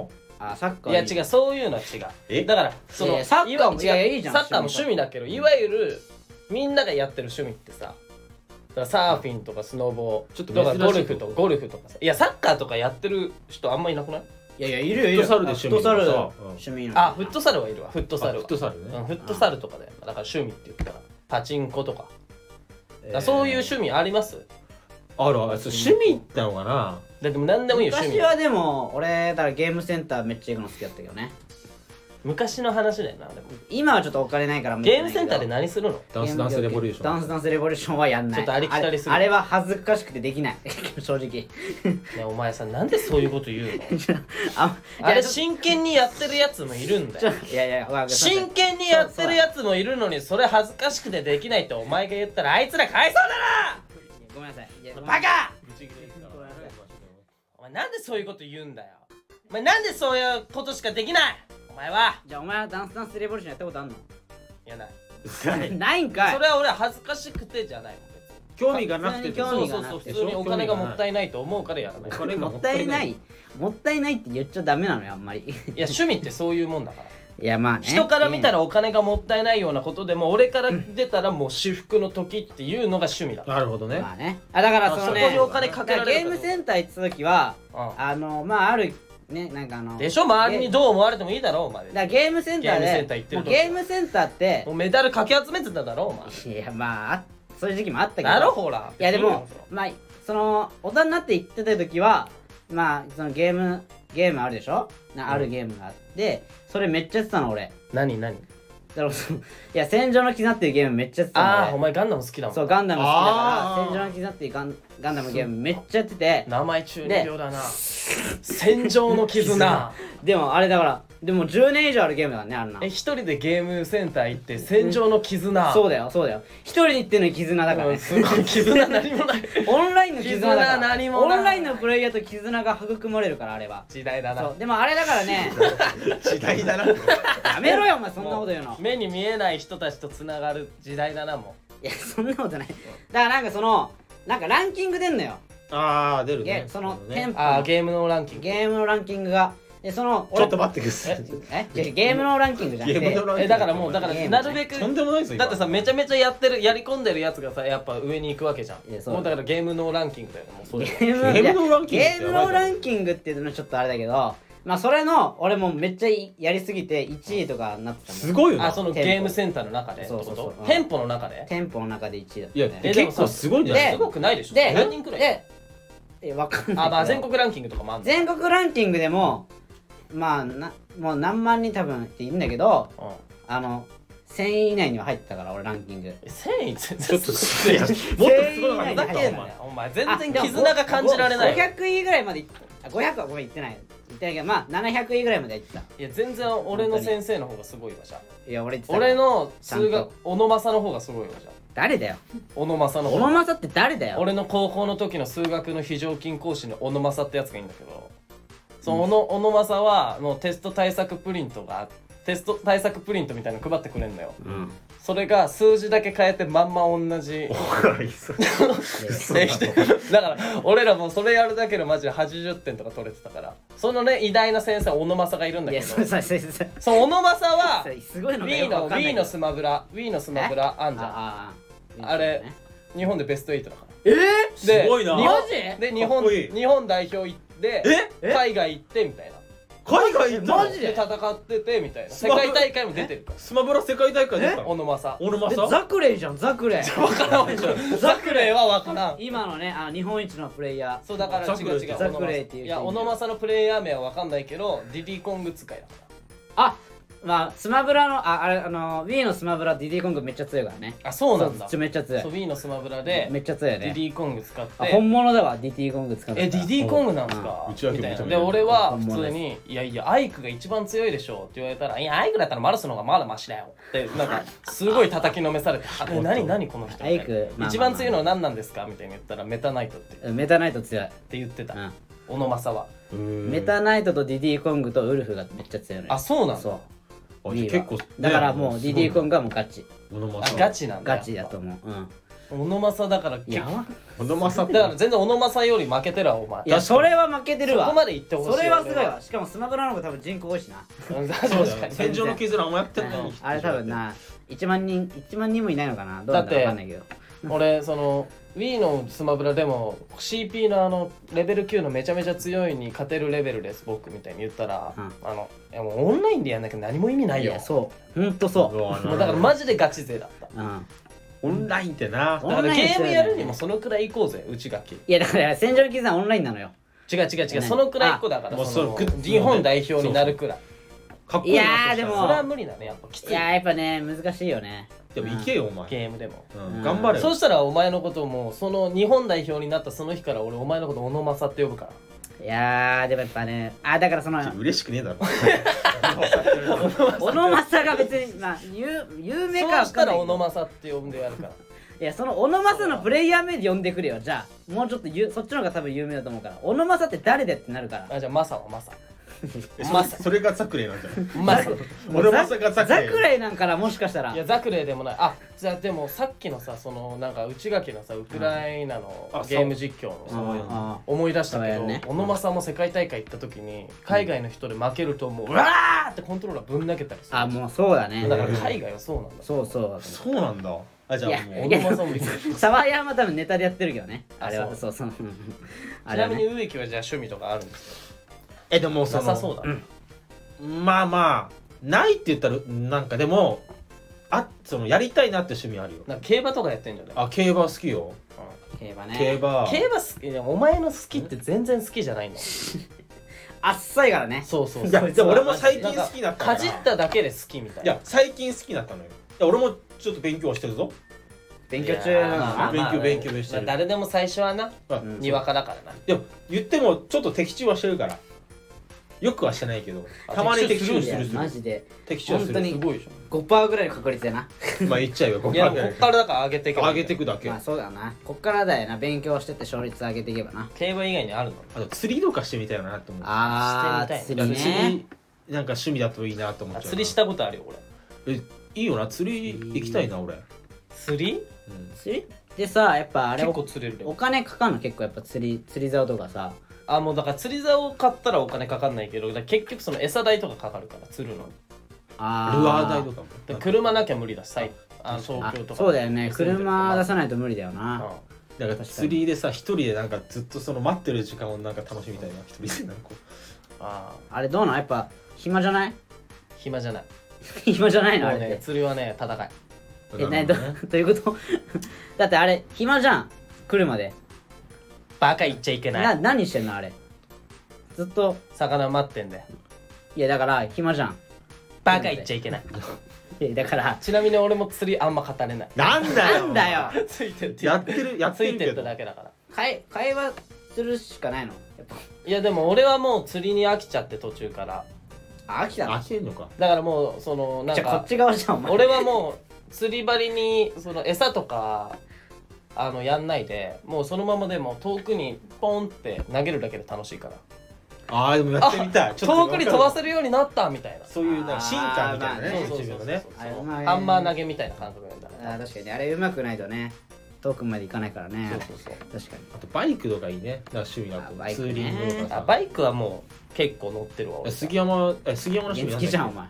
Speaker 3: は
Speaker 1: あサッカー
Speaker 2: いや違うそういうのは違う
Speaker 3: え
Speaker 2: だからそ
Speaker 1: い
Speaker 2: の
Speaker 1: やサッカーも
Speaker 2: いわゆる
Speaker 1: いやいいじゃん
Speaker 2: サッカーも趣味だけどいわゆるみんながやってる趣味ってさだからサーフィンとかスノボー
Speaker 3: ちょっと
Speaker 2: とか
Speaker 3: 珍しい
Speaker 2: ゴルフとゴルフとかさいやサッカーとかやってる人あんまいなくない
Speaker 1: いやいやいるよいる
Speaker 3: フットサルで趣味
Speaker 1: フットサル
Speaker 3: とかさうん
Speaker 1: 趣味の
Speaker 2: あフットサルはいるわフットサル
Speaker 3: あ
Speaker 2: は
Speaker 3: フットサルね
Speaker 2: うんフットサルとかだよだから趣味って言ったらパチンコとかだからそういう趣
Speaker 3: 味
Speaker 2: 味あります
Speaker 3: あるあるそう趣味ってのかな
Speaker 2: だってもう何でもいいよ趣
Speaker 1: 昔
Speaker 2: 味
Speaker 1: はでも俺だからゲームセンターめっちゃ行くの好きだったけどね
Speaker 2: 昔の話だよなでも
Speaker 1: 今はちょっとお金ないからもう行
Speaker 2: ゲ
Speaker 1: け
Speaker 2: ー
Speaker 1: な
Speaker 2: ム
Speaker 1: いけど
Speaker 2: センターで何するの
Speaker 3: ダンスダンスレボリューション
Speaker 1: ダンスダンスレボリューションはやんない
Speaker 2: ちょっとありきたりする
Speaker 1: あれあれは恥ずかしくてできない 正直
Speaker 2: ねお前さなんでそういうこと 言うの
Speaker 1: あ
Speaker 2: あれ
Speaker 1: ちょ
Speaker 2: 真剣にやってるやつもいるんだ
Speaker 1: ちょ
Speaker 2: よ
Speaker 1: いやいやわかる
Speaker 2: 真剣にやってるやつもいるのにそれ恥ずかしくてできないってお前が言ったらあいつらかわいそうだな
Speaker 1: ごめんなさいいや
Speaker 2: バカ
Speaker 1: ごめんなさい
Speaker 2: お前なんでそういうこと言うんだよお前なんでそういうことしかできないお前は
Speaker 1: じゃあお前はダンスダンスレボリューションやったことあんの
Speaker 2: いやない
Speaker 1: ないんかい
Speaker 2: それは俺は恥ずかしくてじゃないもん別に
Speaker 3: 興味がなくて
Speaker 1: 興
Speaker 2: そう
Speaker 1: 味
Speaker 2: そ
Speaker 1: が
Speaker 2: う
Speaker 1: な
Speaker 2: そう
Speaker 1: く
Speaker 2: 普
Speaker 1: て
Speaker 2: 通にお金がもったいないと思うからやらないい
Speaker 3: これ
Speaker 1: もったいないもったいないって言っちゃダメなのよあんまり い
Speaker 2: や趣味ってそういうもんだから
Speaker 1: やまあね
Speaker 2: 人から見た
Speaker 1: ら
Speaker 2: らお金がもったいないようなことでも俺から出たらもう私服の時っていうのが趣味だから
Speaker 3: なるほどね
Speaker 1: まあねあだからその
Speaker 2: そこ
Speaker 1: ね
Speaker 2: にお金かけ
Speaker 1: だかららゲ
Speaker 2: れる
Speaker 1: ーム
Speaker 2: かどう
Speaker 1: センター行った時は
Speaker 2: か
Speaker 1: あのまああるねなんかあの
Speaker 2: うんでしょ周りにどう思われてもいいだろお前
Speaker 1: だからゲームセンター
Speaker 2: ゲームセンタ
Speaker 1: で
Speaker 2: ー行って
Speaker 1: もう
Speaker 2: る
Speaker 1: ゲ
Speaker 2: 時
Speaker 1: ームセンターって
Speaker 2: もうメダルかき集めてただろお前
Speaker 1: いやまああそういう時期もあったけど
Speaker 2: だろほら
Speaker 1: いやでも
Speaker 2: それ
Speaker 1: まあその大人になって行ってた時はまあそのゲームゲームあるでしょなあるゲームがあって、それめっちゃやってたの俺
Speaker 2: 何何
Speaker 1: だからそのいや戦場の絆っていうゲームめっちゃやってた
Speaker 2: ああ
Speaker 1: の
Speaker 2: お
Speaker 1: 俺
Speaker 2: 前ガンダム好きだもん
Speaker 1: そうガンダム好きだ
Speaker 3: あ
Speaker 1: から
Speaker 3: ー
Speaker 1: 戦場の絆っていうガンガンダムゲームめっちゃやってて
Speaker 2: 名前中二病だな戦場 の絆
Speaker 1: でもあれだからでも10年以上あるゲームだからねあんな
Speaker 2: え一人でゲームセンター行って戦場の絆
Speaker 1: そう
Speaker 2: う
Speaker 1: だよそうだよ一人で行ってんのに絆だからね、
Speaker 2: ん すごい絆何もない
Speaker 1: オンラインの絆だから
Speaker 2: 絆何も
Speaker 1: オ
Speaker 2: ない
Speaker 1: ンラインのプレイヤーと絆が育まれるからあれは
Speaker 2: 時代だ
Speaker 1: そ
Speaker 2: な
Speaker 1: うでもあれだから ね
Speaker 3: 時代だな
Speaker 1: やめろよお前そんなこと言うの
Speaker 2: 目に見えない人たちとつながる時代だなも
Speaker 1: いやそんなことないだからなんかそのなんかランキング出んのよ
Speaker 3: ああ出る
Speaker 1: ゲ
Speaker 3: ね
Speaker 1: ーその
Speaker 3: なるほど
Speaker 1: 店
Speaker 2: う
Speaker 3: ね
Speaker 2: ああ
Speaker 1: 舗
Speaker 2: ゲームのランキン
Speaker 1: の
Speaker 2: グ
Speaker 1: ゲームのランキングがでその
Speaker 3: ちょ
Speaker 1: 俺
Speaker 3: っと待ってください
Speaker 1: え違う違うゲームのランキングじゃなく
Speaker 3: ゲー
Speaker 1: て
Speaker 3: ムのランキング
Speaker 2: えだからもうだから
Speaker 1: ゲーム
Speaker 2: なるべく
Speaker 3: とんでもないですよ今
Speaker 2: だってさめちゃめちゃやってるやり込んでるやつがさやっぱ上に行くわけじゃ
Speaker 1: いや
Speaker 2: ん
Speaker 1: そう
Speaker 2: もうだからゲームのランキングだよねもうそれは
Speaker 1: ゲ
Speaker 3: ゲームのランキング
Speaker 1: ゲームのランキングっていうのちょっとあれだけどまあそれの俺もめっちゃやりすぎて1位とかになってたもん
Speaker 3: すごいよ
Speaker 2: あ
Speaker 3: な
Speaker 2: そのゲームセンターの中でって
Speaker 1: そうそうそう
Speaker 2: こと店舗の中で
Speaker 1: 店舗の中で1位だっ
Speaker 3: いや
Speaker 1: たね
Speaker 2: えでも
Speaker 3: 結
Speaker 2: さ
Speaker 3: 構すごいんじゃない
Speaker 1: です
Speaker 2: ごくないでしょ
Speaker 1: で
Speaker 2: 何人くらい
Speaker 1: でえわかんない
Speaker 2: あまあ
Speaker 1: け
Speaker 2: 全
Speaker 1: ど
Speaker 2: 国ランキングとかもあんの
Speaker 1: 全国ランキングでもまあなもう何万人多分っているんだけど
Speaker 2: うん
Speaker 1: あの1000位以内には入ってたから俺ランキング
Speaker 2: え1000位全然
Speaker 3: ちょっとすごいやもっとすごい
Speaker 1: 全員入
Speaker 3: な
Speaker 2: ふ
Speaker 1: っ
Speaker 2: ざ
Speaker 1: て
Speaker 2: け
Speaker 1: ない
Speaker 2: んなよお前全然絆が感じられないよ
Speaker 1: 500位ぐらいまでいあ500はごめん行ってない行ってないけどまあ700位ぐらいまでは行ってた
Speaker 2: いや全然俺の先生の方がすごいわじゃん
Speaker 1: いや俺行ってた
Speaker 2: 俺の数
Speaker 1: ちゃん
Speaker 2: 学
Speaker 1: と
Speaker 2: 小野正の方がすごいわじゃん
Speaker 1: 誰だよ
Speaker 2: 小野正の
Speaker 1: 小
Speaker 2: 方
Speaker 1: 野正って誰だよ
Speaker 2: 俺の高校の時の数学の非常勤講師の小野正ってやつがいいんだけどその小野小野正はもうテスト対策プリントがテスト対策プリントみたいなの配ってくれんのよ
Speaker 1: うん
Speaker 2: それが数字だけ変えてまんま同じ
Speaker 3: おいそう
Speaker 2: できてだから俺らもうそれやるだけでマジで80点とか取れてたからそのね偉大な先生小野正がいるんだ
Speaker 1: い
Speaker 2: け
Speaker 1: や
Speaker 2: ど
Speaker 1: それさ先生
Speaker 2: その小野正は
Speaker 1: すごいのが
Speaker 2: Wii
Speaker 1: よくわ
Speaker 2: の
Speaker 1: かんない
Speaker 2: Wii のスマブラ Wii のスマブラあんじゃん
Speaker 1: あああ
Speaker 2: あれ日本でベスト8だから
Speaker 1: え
Speaker 2: です
Speaker 3: ごいな
Speaker 2: 日本
Speaker 1: マジ
Speaker 2: で日
Speaker 3: かっ
Speaker 2: 本
Speaker 3: こいい
Speaker 2: 日本代表行って
Speaker 1: え
Speaker 2: 海外行ってみたいな
Speaker 3: 海外行ったの
Speaker 1: マジで
Speaker 2: 戦っててみたいな
Speaker 3: ス
Speaker 2: 世
Speaker 3: マブ
Speaker 2: 界大会も出てるから
Speaker 3: スマブラ世界大会出た
Speaker 2: 小野
Speaker 3: の
Speaker 2: 正
Speaker 3: 俺も
Speaker 1: え
Speaker 3: さ
Speaker 1: ザクレイじゃんザクレイ
Speaker 2: 分からん わザクレイは分からん
Speaker 1: 今のねあの日本一のプレイヤー
Speaker 2: そうだから
Speaker 3: ザ
Speaker 2: 違
Speaker 3: ク
Speaker 2: う
Speaker 3: レイ
Speaker 2: 違う
Speaker 1: ザクレイっていう人いる
Speaker 2: いや小野正のプレイヤー名は分かんないけどディディコング使いだか
Speaker 1: あまあスマブラのああれあの Wii のスマブラディディコングめっちゃ強いからね
Speaker 2: らあそうなんだ
Speaker 1: そうめっちゃ強い
Speaker 2: そう Wii のスマブラで
Speaker 1: めっちゃ強いよ
Speaker 2: ディデ
Speaker 1: ね
Speaker 2: ィコング使っ
Speaker 1: あ
Speaker 2: て
Speaker 1: 本物だわディディコング使って
Speaker 2: えディディコングなんすか
Speaker 3: うんうちは
Speaker 2: み
Speaker 3: 結
Speaker 2: たいな
Speaker 3: 構認め
Speaker 2: で
Speaker 3: る
Speaker 2: 俺は普通に「いやいやアイクが一番強いでしょ」って言われたら「いやアイクだったらマルスの方がまだマシだよ」ってなんかすごい叩きの めされて「あえ何何この人」
Speaker 1: アイクまあ
Speaker 2: 一番強いのは何なんですか?」みたいに言ったら「メタナイト」ってっ
Speaker 1: うんメタナイト強い、
Speaker 2: て言ってた
Speaker 1: うん
Speaker 2: 小野正は
Speaker 1: メタナイトとディディコングとウルフがめっちゃ強いのよ
Speaker 2: あそうなん
Speaker 1: そ
Speaker 2: だ
Speaker 1: う
Speaker 3: あ
Speaker 1: Wii は
Speaker 3: 結構ね
Speaker 1: だからもうディディコングはもうガチ
Speaker 3: 小野
Speaker 2: あ
Speaker 3: 正
Speaker 2: ガチなんだ
Speaker 1: ガチだと思ううん
Speaker 2: 小野正だから
Speaker 1: い
Speaker 2: 結
Speaker 1: や
Speaker 2: 構
Speaker 3: 小野正
Speaker 2: だから全然小野正より負けてるわお前
Speaker 1: いやそれは負けてるわ
Speaker 2: そこまで言ってほしい
Speaker 1: それはすごいわしかもスマブラの方が多分人口多いしな
Speaker 2: うん
Speaker 3: そう
Speaker 2: 確
Speaker 3: だ
Speaker 2: か
Speaker 3: よ
Speaker 2: に
Speaker 3: 戦場の絆あんまやってんのに
Speaker 1: あれ多分な1万人1万人もいないのかなどうなんだろうわかんないけど
Speaker 2: 俺その Wii のスマブラでも CP のあのレベル9のめちゃめちゃ強いに勝てるレベルです僕みたいに言ったら、
Speaker 1: うん
Speaker 2: あのいやもうオンラインでやんなきゃ何も意味ない
Speaker 1: い
Speaker 2: よ
Speaker 1: やそうほんとそう
Speaker 3: わ
Speaker 2: もうだからマジでガチ勢だっただ
Speaker 1: うん
Speaker 3: オンラインってな
Speaker 1: オン
Speaker 2: か
Speaker 1: ライ
Speaker 2: ら
Speaker 1: ン
Speaker 2: ゲ
Speaker 1: で強い
Speaker 2: ームやるにもそのくらい行こうぜ内垣
Speaker 1: いやだから戦場の絆はオンラインなのよ
Speaker 2: 違う違う違うそのくらい行こうだか
Speaker 3: も
Speaker 2: ら
Speaker 3: う
Speaker 2: その
Speaker 3: それ
Speaker 2: 日本代表になるくらい
Speaker 3: かっこいいない
Speaker 1: やー
Speaker 3: そしたら
Speaker 1: でも
Speaker 2: それは無理だねやっぱきつ
Speaker 1: い
Speaker 2: い
Speaker 1: ややっぱね難しいよね
Speaker 3: でも行けよお前
Speaker 2: ゲームでも
Speaker 3: うん頑張れ
Speaker 2: そ
Speaker 3: よ
Speaker 2: したらお前のことをもうその日本代表になったその日から俺お前のこと小野正って呼ぶから
Speaker 1: いやーでもやっぱねあだからその
Speaker 3: 嬉しくねえだろ
Speaker 1: 小野正が別にまあ有有名か
Speaker 2: そう
Speaker 1: は
Speaker 2: し
Speaker 1: 分か
Speaker 2: た
Speaker 1: んな
Speaker 2: ら
Speaker 1: い
Speaker 2: 小
Speaker 1: け
Speaker 2: 野
Speaker 1: ど
Speaker 2: 正って呼んでやるから
Speaker 1: いやその小野正のプレイヤー名で呼んでくれよじゃあもうちょっとゆそっちの方が多分有名だと思うから小野正って誰でってなるから
Speaker 2: あじゃあマサはマサ
Speaker 3: え
Speaker 2: ま
Speaker 3: そ
Speaker 2: さ
Speaker 3: それがザクレイなんじゃな
Speaker 2: マ
Speaker 3: い
Speaker 2: サ
Speaker 3: 俺まさかザ
Speaker 1: ザ
Speaker 3: クレイ
Speaker 1: クレイなんからもしかしたら
Speaker 2: いやザクレイでもないあじゃあでもさっきのさそのなんか内垣のさウクライナの
Speaker 3: うんあ
Speaker 2: ゲーム実況の
Speaker 1: うん
Speaker 2: さ
Speaker 3: そうよ
Speaker 1: うん
Speaker 2: 思い出したけ
Speaker 1: そ
Speaker 2: ど
Speaker 1: うやね
Speaker 2: 小野正も世界大会行った時に海外の人で負けるともううわーってコントローラーぶん投げたりする
Speaker 1: あもうそうだね
Speaker 2: だから海外はそうなんだ
Speaker 1: そうそう
Speaker 3: そうなんだあじゃあも
Speaker 2: 小
Speaker 3: う
Speaker 1: いや
Speaker 2: 野正もびっくりし
Speaker 1: サワヤンは多分ネタでやってるけどね
Speaker 2: あ
Speaker 1: あれは
Speaker 2: そ
Speaker 1: そう そうあ
Speaker 2: たち
Speaker 1: れ
Speaker 2: な
Speaker 1: は
Speaker 2: みに
Speaker 1: ね
Speaker 2: 植木はじゃあ趣味とかあるんです
Speaker 3: えでも
Speaker 2: か
Speaker 3: そ
Speaker 2: なさそう
Speaker 3: の
Speaker 2: だね
Speaker 3: まあまあないって言ったらなんかでもあそのやりたいなって趣味あるよ
Speaker 2: なんか競馬とかやってんじゃない
Speaker 3: あ競馬好きよ
Speaker 1: 競馬
Speaker 3: 競
Speaker 1: ね
Speaker 3: 馬
Speaker 2: 競馬好きいやお前の好きって全然好きじゃないの
Speaker 1: あっさいからね
Speaker 2: そうそうそう
Speaker 3: いやでも俺も最近好きになったから
Speaker 2: かじっただけで好きみたい
Speaker 3: い
Speaker 2: な
Speaker 3: や最近好きになったのよいや俺もちょっと勉強はしてるぞ
Speaker 1: 勉強中なの
Speaker 2: まあ
Speaker 1: か
Speaker 2: ま
Speaker 1: な
Speaker 2: あ
Speaker 3: 勉強勉強勉強してる
Speaker 2: まあ誰でも最初はな
Speaker 3: あ
Speaker 1: うん
Speaker 2: にわかだからな
Speaker 3: でも言ってもちょっと的中はしてるからよくはしてないけど
Speaker 2: あ
Speaker 3: たまに的
Speaker 2: 的中
Speaker 3: 中
Speaker 1: い
Speaker 3: す
Speaker 1: や
Speaker 3: るす
Speaker 1: マ
Speaker 3: る
Speaker 1: ジで
Speaker 3: 的中はす
Speaker 1: 本当
Speaker 3: る
Speaker 1: に
Speaker 2: ごいでしょ
Speaker 1: 5%ぐらいの確率やな
Speaker 3: まあ言っちゃえばここ
Speaker 2: いや
Speaker 3: か
Speaker 2: でもこっ
Speaker 3: ら
Speaker 2: からだから上げていけば
Speaker 3: 上げていくだけ
Speaker 1: まあ
Speaker 3: あ
Speaker 1: そうだなこっからだよな勉強してって勝率上げていけばな
Speaker 2: 競馬以外にあるの
Speaker 3: と釣りとかしてみたいなって思う
Speaker 1: あー
Speaker 2: して
Speaker 1: 釣
Speaker 2: み
Speaker 3: いや
Speaker 1: り
Speaker 3: 釣
Speaker 1: ね
Speaker 3: りなんか趣味だといいなと思っ
Speaker 2: あ
Speaker 3: ちゃうな
Speaker 2: 釣りしたことあるよ俺
Speaker 3: えいいよな釣り行きたいな俺、
Speaker 2: 釣り
Speaker 3: うん
Speaker 1: 釣りってさやっぱあれ
Speaker 2: 結
Speaker 1: お
Speaker 2: 構釣れる
Speaker 1: お
Speaker 2: よ
Speaker 1: 金かかんの結構やっぱ釣り釣り竿とかさ
Speaker 2: あもうだから釣り竿買ったらお金かかんないけどだから結局その餌代とかかかるから釣るのに
Speaker 1: あ
Speaker 3: ルアー代と
Speaker 1: か
Speaker 3: かも
Speaker 2: だから車なきゃ無理だし最あ東
Speaker 1: あ
Speaker 2: 京とか
Speaker 1: そうだよね
Speaker 2: 住んでると
Speaker 1: 車出さないと無理だよな
Speaker 2: う
Speaker 3: なんか釣りでさ一人でなんかずっとその待ってる時間をなんか楽しみたいな一人でなんかこうん
Speaker 2: ああ
Speaker 1: あれどうなんやっぱ暇じゃない
Speaker 2: 暇じゃない
Speaker 1: 暇じゃないのあ
Speaker 2: も
Speaker 1: れ
Speaker 2: う
Speaker 1: って
Speaker 2: ね釣りはね戦い
Speaker 1: え、な
Speaker 3: な
Speaker 1: に
Speaker 3: ん
Speaker 1: ど
Speaker 3: かね
Speaker 1: どういうこと だってあれ暇じゃん来るまで
Speaker 2: バカ言っちゃいけな
Speaker 1: ない何してんのあれずっと
Speaker 2: 魚待ってんだよ
Speaker 1: いやだから暇じゃん
Speaker 2: バカ言っちゃいけない
Speaker 1: いやだから
Speaker 2: ちなみに俺も釣りあんま語れない
Speaker 3: なんだよ
Speaker 1: なんだよ
Speaker 2: ついてって
Speaker 3: やってるやっ
Speaker 2: つ
Speaker 3: て
Speaker 2: い
Speaker 3: る
Speaker 2: て
Speaker 3: け
Speaker 2: った
Speaker 3: ど
Speaker 2: だけだから
Speaker 1: 会会話するしかないのやっぱ
Speaker 2: いやでも俺はもう釣りに飽きちゃって途中から
Speaker 1: あ飽きたの
Speaker 3: 飽きてんのか
Speaker 2: だからもうそのなん
Speaker 1: じゃあこ
Speaker 2: か
Speaker 1: っち側じゃんお前
Speaker 2: 俺はもう釣り針にその餌とかあのやんないでもうそのままでも遠くにポンって投げるだけで楽しいから
Speaker 3: ああでもやってみたいちょっと
Speaker 2: 遠くに飛ば
Speaker 3: す
Speaker 2: せるようになったみたいな
Speaker 3: そういうなんか進化みた
Speaker 1: あーまあ
Speaker 3: いなね
Speaker 1: ね
Speaker 2: そう
Speaker 3: 自
Speaker 2: そうそう
Speaker 3: 分のね
Speaker 1: あれう
Speaker 2: そう
Speaker 1: まいね
Speaker 2: ハンマー投げみたいな感覚なんだ
Speaker 1: あー確かにねあれうまくないとね遠くまで行かないからね
Speaker 2: そうそうそう
Speaker 1: 確かに
Speaker 3: あとバイクとかいいねなんか趣味だ
Speaker 1: あ
Speaker 3: と
Speaker 1: バイク
Speaker 3: ツ
Speaker 1: ね
Speaker 3: ーリングとか
Speaker 2: あ
Speaker 3: さ
Speaker 2: バイクはもう結構乗ってるわ俺
Speaker 3: 杉山え杉山の趣味な
Speaker 1: 原
Speaker 3: んだっけ
Speaker 1: 付じゃんお前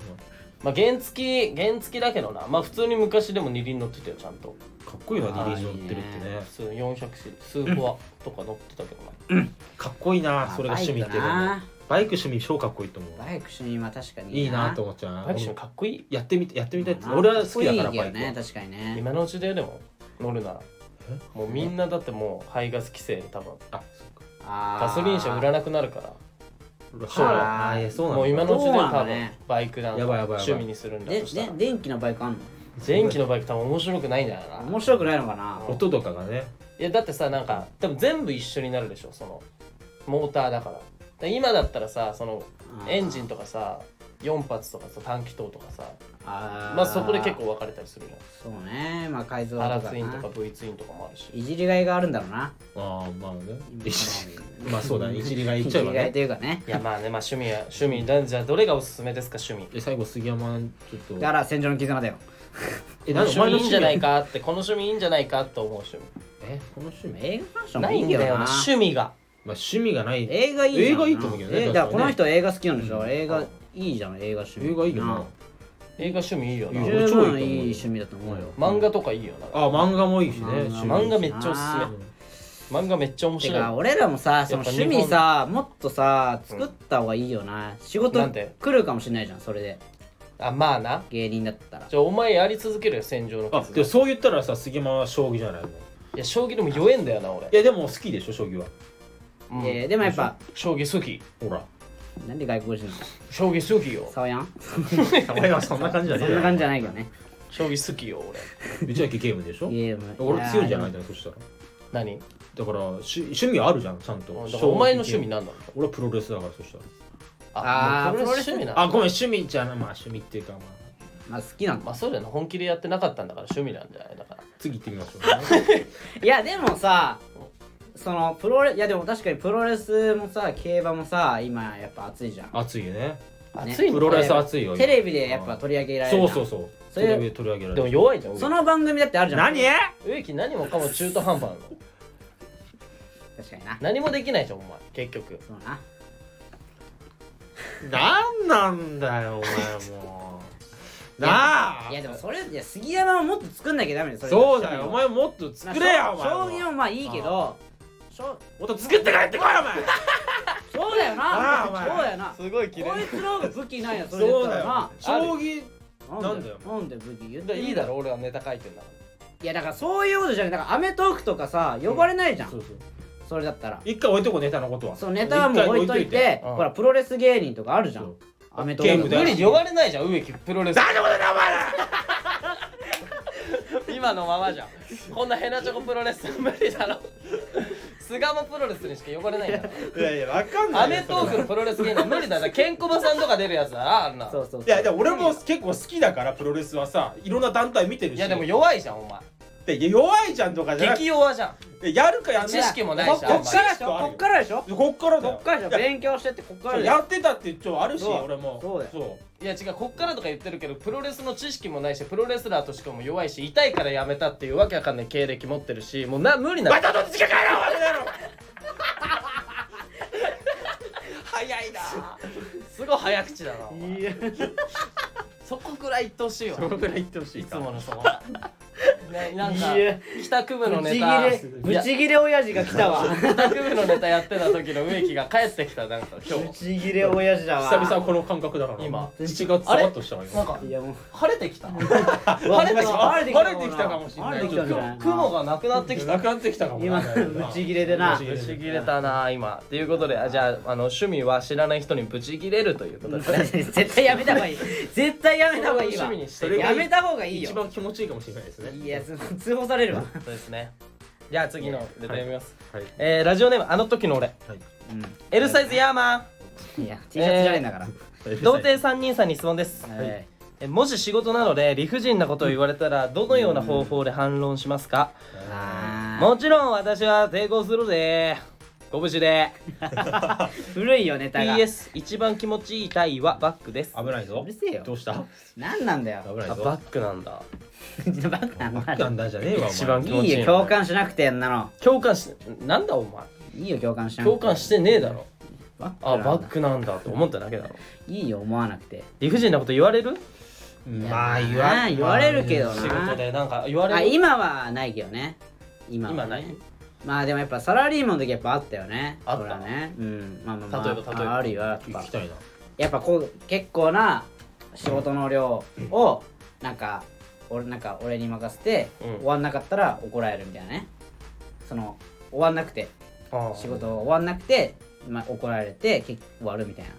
Speaker 2: まあ原付き原付きだけどなまあ普通に昔でも二輪乗ってたよちゃんと
Speaker 3: かっこいいな
Speaker 1: あー
Speaker 3: 二輪乗ってるって
Speaker 1: いい
Speaker 3: ね
Speaker 2: 普通 400cc スーフォアとか乗ってたけどな
Speaker 3: かっこいいな
Speaker 1: あ
Speaker 3: それが趣味ってい
Speaker 1: バイク
Speaker 3: うのね
Speaker 1: な
Speaker 3: バイク趣味超かっこいいと思う
Speaker 1: バイク主任は確かに
Speaker 3: いいなと思っちゃうな
Speaker 2: バイクションかっこいい
Speaker 3: やってみてやってみたいって
Speaker 1: まあ
Speaker 3: 俺は好きだから
Speaker 1: いいよ
Speaker 3: バイク
Speaker 1: ね
Speaker 3: は
Speaker 1: 確かにね
Speaker 2: 今のうちだよでも乗るなら
Speaker 3: え
Speaker 2: もうみんなだってもう排ガス規制で多分
Speaker 3: あそっか
Speaker 1: ガ
Speaker 2: ガソリン車売らなくなるから
Speaker 3: 俺
Speaker 2: そう
Speaker 3: あーいやそうなんだ
Speaker 2: もう今のうちで
Speaker 1: そうなん
Speaker 2: 多
Speaker 1: だ
Speaker 2: 分
Speaker 1: ね
Speaker 2: バイクなんか
Speaker 3: やばいやばいやばい
Speaker 2: 趣味にするんだ
Speaker 1: で
Speaker 2: とした
Speaker 1: で
Speaker 2: ら
Speaker 1: 電気のバイクあんの
Speaker 2: 電気のバイク多分面白くないんじゃないかな
Speaker 1: 面白くないのかな
Speaker 3: 音とかがね
Speaker 2: いやだってさなんか多分全部一緒になるでしょそのモーターだからだから今だったらさそのエンジンとかさ4発とかさ短気筒とかさ
Speaker 1: あー
Speaker 2: まあそこで結構分かれたりするじ
Speaker 1: そうねまあ改造
Speaker 2: ゃん
Speaker 1: と
Speaker 2: ア
Speaker 1: か
Speaker 2: ラ
Speaker 1: な
Speaker 2: ツインとか V ツインとかもあるし
Speaker 1: いじりがいがあるんだろうな
Speaker 3: ああまあね
Speaker 1: 今
Speaker 3: まあそうだね一理が
Speaker 1: い
Speaker 3: 言っ
Speaker 1: じ
Speaker 3: ちゃえ
Speaker 1: り
Speaker 3: ば
Speaker 1: がい
Speaker 3: ね
Speaker 1: というかね
Speaker 2: いやまあねまあ趣味は趣味なんじゃあどれがおすすめですか趣味
Speaker 3: え最後杉山ちょっと
Speaker 1: だから戦場の絆だよ
Speaker 3: え
Speaker 2: この
Speaker 3: なんか
Speaker 2: 趣味いいんじゃないかってこの趣味いいんじゃないかって思う趣味
Speaker 3: えこの趣味
Speaker 1: 映画ファッション
Speaker 2: な
Speaker 1: も
Speaker 2: い
Speaker 1: いい
Speaker 2: ん
Speaker 1: んだ
Speaker 2: だよ
Speaker 1: よ
Speaker 2: な
Speaker 1: な
Speaker 2: 趣味が
Speaker 3: まあ趣味がない映
Speaker 1: 映画いいじゃん
Speaker 3: 映画いいと思うけどね
Speaker 1: え
Speaker 3: 確かにね
Speaker 1: だからこの人映画好きなんでしょ映画いいじゃん映画趣味
Speaker 3: 画いいよな
Speaker 2: 映画趣味いいよな
Speaker 3: うん
Speaker 1: 十
Speaker 3: 超いいと思
Speaker 1: 分
Speaker 3: う
Speaker 1: いい趣味だと思うよ
Speaker 2: 漫画とかいいよな
Speaker 3: あ漫画もいいしね
Speaker 1: 漫画も
Speaker 3: 趣
Speaker 2: 漫画めっちゃお
Speaker 1: あ
Speaker 2: すすめ漫画めっちゃ面
Speaker 1: て
Speaker 2: 白い
Speaker 1: か俺らもさその趣味さもっとさ作った方がいいよな仕事
Speaker 2: なんで
Speaker 1: 来るかもしれないじゃんそれで
Speaker 2: あまあな
Speaker 1: 芸人だったら
Speaker 2: じゃあお前やり続けるよ戦場の
Speaker 3: 味あ
Speaker 2: 絆
Speaker 3: でもそう言ったらさ杉山は将棋じゃないのい
Speaker 2: いや将棋でも弱えんだよな俺、
Speaker 3: やでも好きでしょ将棋は
Speaker 2: うん
Speaker 1: えーでもやっぱ
Speaker 2: 将棋好き
Speaker 3: ほら
Speaker 1: なんで外国人なの
Speaker 2: 将棋好きよ
Speaker 1: サワヤン
Speaker 3: いやそんな感じじゃ
Speaker 1: そ
Speaker 3: ね
Speaker 1: んな感じじゃないけどね
Speaker 2: 将棋好きよ俺
Speaker 3: うちだけゲームでしょ
Speaker 1: ゲーム
Speaker 3: 俺強いんじゃない
Speaker 1: い
Speaker 3: だよそしたら
Speaker 2: 何うん
Speaker 3: だから趣趣味あるじゃんちゃんと
Speaker 2: だからお前の趣味なんだろう
Speaker 3: 俺はプロレスだからそしたら
Speaker 1: あー
Speaker 2: もうプロレス趣味な
Speaker 3: あ
Speaker 2: んだ
Speaker 3: ごめん趣味じゃないまあ趣味っていうかまあ
Speaker 1: まあ好きなんだ
Speaker 2: まあそうだよな本気でやってなかったんだから趣味なんじゃないだから
Speaker 3: 次行ってみましょう ね
Speaker 1: いやでもさそのプロレいやでも確かにプロレスもさ競馬もさ今やっぱ熱いじゃん
Speaker 3: 熱いよね
Speaker 1: ね
Speaker 2: 熱い
Speaker 3: プ
Speaker 2: の
Speaker 3: ロレス熱いよ
Speaker 1: テレビでやっぱ取り上げられ
Speaker 3: そ
Speaker 1: る
Speaker 3: う
Speaker 1: じゃん
Speaker 3: そうそう
Speaker 1: そ
Speaker 3: テ
Speaker 1: れ
Speaker 3: レビで取り上げられ
Speaker 2: でも
Speaker 3: る
Speaker 2: 弱いじゃん
Speaker 1: その番組だってあるじゃん
Speaker 2: 植木何もかも中途半端なの
Speaker 1: 確かにな
Speaker 2: 何もできないじゃんお前結局
Speaker 1: そうな
Speaker 3: なんなんだよお前もうなあ
Speaker 1: いやでもそれいや杉山はもっと作んなきゃダメだよそれ
Speaker 3: そうだよお前もっと作れよお
Speaker 1: まあ将
Speaker 3: 前
Speaker 1: 将棋もまあいいけどしょ
Speaker 3: もっと作って帰ってこいお前
Speaker 1: そうだよ
Speaker 3: な
Speaker 1: な
Speaker 3: あ
Speaker 1: そう
Speaker 3: お前
Speaker 1: だよなこ
Speaker 2: すごい綺
Speaker 1: いつの方が武器ないよそれ言っ
Speaker 3: そう
Speaker 1: た
Speaker 3: だ
Speaker 1: らな
Speaker 3: よ将棋
Speaker 1: なんで
Speaker 3: なんだよ
Speaker 1: なんで武器言っ
Speaker 2: だ
Speaker 1: て
Speaker 2: いいだろ俺はネタ書いてんだか
Speaker 1: いやだからそういうことじゃないだからアメトークとかさ呼ばれないじゃん、
Speaker 3: そうそう
Speaker 1: それだったら
Speaker 3: 一回置いとこうネタのことは
Speaker 1: そのネタはもう置いといて
Speaker 2: うん
Speaker 1: ほらプロレス芸人とかあるじゃ
Speaker 3: そ
Speaker 1: ん
Speaker 3: う
Speaker 1: アメトー
Speaker 3: ゲー
Speaker 1: ク
Speaker 3: ム
Speaker 1: と
Speaker 3: だ
Speaker 2: ら
Speaker 1: か
Speaker 3: よ
Speaker 2: 無理呼ばれないじゃん植木プロレス
Speaker 3: 何のことだお前ら
Speaker 2: 今のままじゃんこんなヘナチョコプロレス無理だろ菅間プロレスにしか呼ばれないんだか
Speaker 3: いやいやわかん
Speaker 2: ら
Speaker 3: ない
Speaker 2: アメトークのプロレス芸人無理だなケンコバさんとか出るやつだなあんな
Speaker 1: そうそうそう
Speaker 3: いやでも俺も結構好きだからプロレスはさいろんな団体見てるし
Speaker 2: いやでも弱いじゃんお前
Speaker 3: で弱いじゃんとかじゃなく
Speaker 2: 激弱じゃん
Speaker 3: てやるかやんない
Speaker 2: 知識もない
Speaker 1: こ
Speaker 2: し
Speaker 1: こ
Speaker 2: あん
Speaker 1: っ
Speaker 2: ま
Speaker 1: からでし
Speaker 3: 知識
Speaker 1: ょ
Speaker 3: はあるよ
Speaker 1: こっからでしょ
Speaker 3: こっからだ
Speaker 1: こ
Speaker 3: よ
Speaker 1: っからでしょ
Speaker 3: いや
Speaker 1: 勉強してってこっから
Speaker 3: そう
Speaker 1: でしょ
Speaker 3: やってたって一応あるし
Speaker 1: そう
Speaker 3: 俺も
Speaker 1: そうだよ
Speaker 2: りいや違うこっからとか言ってるけどプロレスの知識もないしプロレスラーとしかも弱いし痛いからやめたっていうわけわかんない経歴持ってるしもうな無理な
Speaker 3: またどっちか帰ろうお前だろ
Speaker 2: すごい早口だなお前
Speaker 3: いや
Speaker 2: そこくらい言ってほしいよ
Speaker 3: そのくらい言ってほし
Speaker 2: い
Speaker 3: い
Speaker 2: つ
Speaker 3: か
Speaker 2: ものその ななんか
Speaker 1: いや
Speaker 2: 帰宅部の
Speaker 1: ぶち
Speaker 2: ネ
Speaker 1: ギ
Speaker 2: タ
Speaker 1: レ
Speaker 2: い
Speaker 1: ぶ
Speaker 2: や
Speaker 1: ちギレ親父が来たわ
Speaker 2: 帰宅部のネタやってた時の植木が帰ってきたなんか今
Speaker 1: ぶ
Speaker 2: 日
Speaker 1: ちギレ親父だわ
Speaker 3: 久々この感覚だから
Speaker 2: 今
Speaker 3: 7月
Speaker 2: あ
Speaker 3: さ
Speaker 2: れ
Speaker 3: らっとしたわ
Speaker 2: なん
Speaker 3: 今
Speaker 2: か
Speaker 1: いやもう
Speaker 2: 晴れてきた
Speaker 1: 晴
Speaker 3: れてきた
Speaker 1: 晴れ
Speaker 3: 晴れ
Speaker 1: て
Speaker 3: て
Speaker 1: き
Speaker 3: き
Speaker 1: た
Speaker 3: た
Speaker 1: か
Speaker 3: か
Speaker 1: も
Speaker 3: も
Speaker 1: し
Speaker 3: し
Speaker 1: れな
Speaker 3: れな
Speaker 1: 晴
Speaker 3: いい
Speaker 1: れてきたかもしれない
Speaker 2: 雲がなくなってきた
Speaker 3: なくなってきたかも
Speaker 1: 今ブチギレでな
Speaker 3: ブ
Speaker 2: ブ
Speaker 3: チ
Speaker 2: チ
Speaker 3: ギ
Speaker 2: ギ
Speaker 3: レ
Speaker 2: レたな今ということであじゃああの趣味は知らない人にブチギレるという ことですね
Speaker 1: 絶対やめた方がいい絶対やめた方がいい
Speaker 2: そ
Speaker 1: わ
Speaker 2: れを趣味にして
Speaker 3: それが
Speaker 1: やめた方がいい
Speaker 3: 一
Speaker 1: よ
Speaker 3: 番気持ちいいかもしれないですね
Speaker 1: いやそ通報されるわ
Speaker 2: そうですねじゃあ次のネタ読みます、
Speaker 3: はい
Speaker 2: えーラジオネームあの時の俺
Speaker 1: う
Speaker 2: L サイズヤーマン
Speaker 1: んいや T シャツじゃねえんだから
Speaker 2: 童貞三人さんに質問です、
Speaker 1: はい
Speaker 2: えもし仕事なので理不尽なことを言われたらどのような方法で反論しますか、
Speaker 1: あー
Speaker 2: もちろん私は抵抗するぜご無事で
Speaker 1: 古いよネタが
Speaker 2: PS 一番気持ちいい体位はバックです
Speaker 3: 危ないぞ
Speaker 1: うるせえよ
Speaker 3: どうした
Speaker 1: 何なんだ
Speaker 3: 危
Speaker 1: よ
Speaker 3: ない
Speaker 2: あ
Speaker 3: ぞ
Speaker 2: バックなんだ
Speaker 1: バカなんだ
Speaker 3: なんだじゃねえわお前
Speaker 2: 一番
Speaker 1: い
Speaker 2: 気持ちいい
Speaker 1: いよ共感しなくてんなの
Speaker 2: 共感しなんだお前
Speaker 1: いいよ共感しなくて
Speaker 2: 共感してねえだろ
Speaker 1: バック
Speaker 2: あ
Speaker 1: なんだ
Speaker 2: バックなんだと思っただけだろ
Speaker 1: いいよ思わなくて
Speaker 2: 理不尽なこと言われる
Speaker 3: まあ言
Speaker 1: ま
Speaker 3: わ
Speaker 1: あ言われるけどな
Speaker 2: 仕事でなんか言わ
Speaker 1: あ
Speaker 2: れる
Speaker 1: 今はないけどね今はね
Speaker 2: 今ない
Speaker 1: まあでもやっぱサラリーマンの時やっぱあったよね
Speaker 2: あった
Speaker 1: そらねうんまあまあ、まあ、
Speaker 2: 例えば例えば
Speaker 1: まああるよやっ
Speaker 3: 聞
Speaker 1: ぱ
Speaker 3: きたいな
Speaker 1: やっぱこう結構な仕事の量をなんか俺なんか俺に任せて、
Speaker 2: うん
Speaker 1: 終わんなかったら怒られるみたいなねその終わんなくて
Speaker 2: あ
Speaker 1: 仕事終わんなくて、まあ、怒られて結構終わるみたいな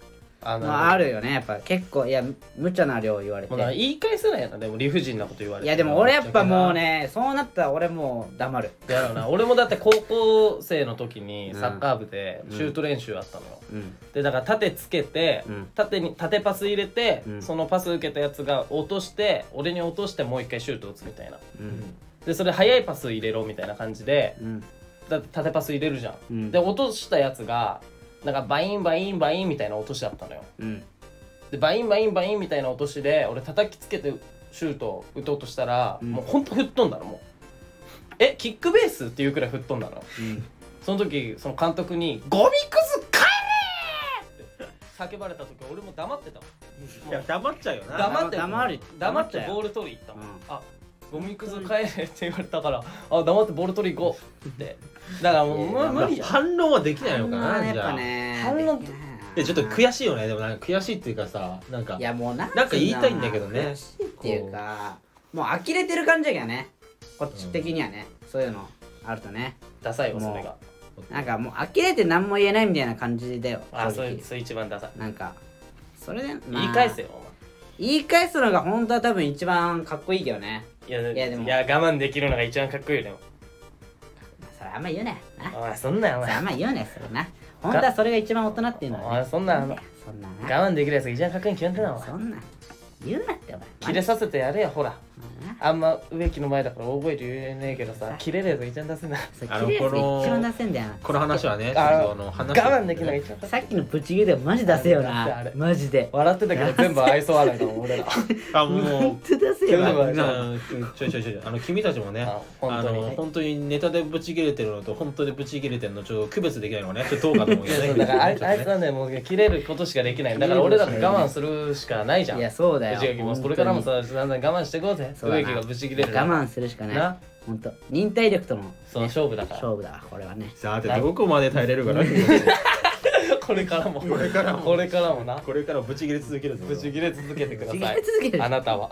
Speaker 2: あ
Speaker 1: まあ、あ
Speaker 2: る
Speaker 1: るよねやっぱ結構いや無茶な量言われて
Speaker 2: もうなんか言い返せないやなでも理不尽なこと言わ
Speaker 1: い
Speaker 2: れてい
Speaker 1: やでも俺やっぱもうねそうなったら俺もう黙る
Speaker 2: だよな俺もだって高校生の時に
Speaker 1: うん
Speaker 2: サッカー部でシュート練習あったのよ、
Speaker 1: うん
Speaker 2: でだから縦つけて、
Speaker 1: うん
Speaker 2: 縦に縦パス入れて、
Speaker 1: うん
Speaker 2: そのパス受けたやつが落として俺に落としてもう一回シュート打つみたいな
Speaker 1: うん
Speaker 2: でそれ速いパス入れろみたいな感じで
Speaker 1: うん
Speaker 2: だって縦パス入れるじゃん、
Speaker 1: うん
Speaker 2: で落としたやつがなんかバインバインバインみたいな落としだったのよ
Speaker 1: うん
Speaker 2: でバインバインバインみたいな落としで俺叩きつけてシュートを打とうとしたら、
Speaker 1: うん
Speaker 2: もうほんと吹っ飛んだのもうえキックベースっていうくらい吹っ飛んだの
Speaker 1: うん
Speaker 2: その時その監督に「ゴミくず帰れ!」って叫ばれた時俺も黙ってたもん
Speaker 3: いや黙っちゃうよな
Speaker 2: 黙って
Speaker 1: 黙る
Speaker 2: 黙って
Speaker 1: 黙っちゃうよ
Speaker 2: ボール取り行ったもん、
Speaker 1: うん
Speaker 2: あゴミくず帰れって言われ たからあ黙ってボール取り行こうってだからもう
Speaker 1: いや
Speaker 2: 無無理じゃん
Speaker 3: 反論はできないのか
Speaker 1: 反論は
Speaker 3: な
Speaker 1: ね
Speaker 3: じ
Speaker 1: やっぱ
Speaker 3: ゃあ
Speaker 1: ね
Speaker 2: 反論
Speaker 1: できない
Speaker 3: やちょっと悔しいよねでもなんか悔しいっていうかさなんか
Speaker 1: いやもうなん
Speaker 3: なんか言いたいんだけどね
Speaker 1: 悔しいっていうかもう呆れてる感じだけどねこっち的にはね、そういうのあるとね
Speaker 2: ダサいわ
Speaker 1: もう
Speaker 2: それが
Speaker 1: なんかもう呆れて何も言えないみたいな感じだよ
Speaker 2: あ
Speaker 1: 正
Speaker 2: そ
Speaker 1: 直
Speaker 2: れそれ一番ダサい
Speaker 1: なんかそれで、まあ
Speaker 2: 言い返せよお前
Speaker 1: 言い返すのが本当は多分一番かっこいいけどね
Speaker 2: いや
Speaker 1: いやでも
Speaker 2: いや我慢できるのが一番かっこいいよでも
Speaker 1: それあんま言うなよな
Speaker 2: お前そんなんお
Speaker 1: それ
Speaker 2: 前
Speaker 1: あんま言うなよそれな本当はそれが一番大人っていうの
Speaker 2: お
Speaker 1: はね
Speaker 2: 前そんなん
Speaker 1: そんなな
Speaker 2: 我慢できるやつが一番かっこいいに決めてんだなお
Speaker 1: そ
Speaker 2: 前
Speaker 1: んな言うなってお前
Speaker 2: 切れさせてやれよほら
Speaker 1: まあな
Speaker 2: あんま植木の前だから大声で言えねえけどさ切れるやつが一番ダサいな
Speaker 1: それ
Speaker 3: あの
Speaker 1: 切れるやつ
Speaker 3: この
Speaker 1: 一番出せんだよな
Speaker 3: この話はね
Speaker 2: あ
Speaker 3: その
Speaker 2: 我
Speaker 3: 話を
Speaker 2: 慢できないちょっと
Speaker 1: さっきのブチギレマジ出せよ
Speaker 2: あれあ
Speaker 1: な
Speaker 2: れ
Speaker 1: マジで
Speaker 2: 笑ってたけど全部愛想 笑いだもん俺ら
Speaker 3: あもう
Speaker 1: 本当出せよ
Speaker 2: で
Speaker 1: な
Speaker 2: も
Speaker 3: うんちょいちょいちょいあの君たちもね
Speaker 2: あ
Speaker 3: あ
Speaker 2: 本当に
Speaker 3: の本当にネタでブチ切れてるのと本当でブチ切れてるのちょっと区別できないのがねちょっとどうかと思うよ
Speaker 2: そ
Speaker 3: ね
Speaker 2: うだからあいあいつなんでもう切れることしかできないだから俺らも我慢するしかないじゃん
Speaker 1: いやそうだよ
Speaker 2: 内垣もこれからもさだんだん我慢していこうぜ
Speaker 1: そうだ
Speaker 2: 植
Speaker 1: な
Speaker 2: 木がぶち切れる
Speaker 1: 我慢するしかない
Speaker 2: な
Speaker 1: 本当忍耐力との
Speaker 2: その勝負だから
Speaker 1: 勝負だわこれはね
Speaker 3: さてどこまで耐えれるかなこ
Speaker 2: これからもこ
Speaker 3: れからも
Speaker 2: これからもな
Speaker 3: れからブチ切れ続けるぞ
Speaker 2: ぶち切れ続けてくだ
Speaker 1: ぶち切
Speaker 2: さ
Speaker 1: れ続け
Speaker 2: い
Speaker 1: る
Speaker 2: あなたは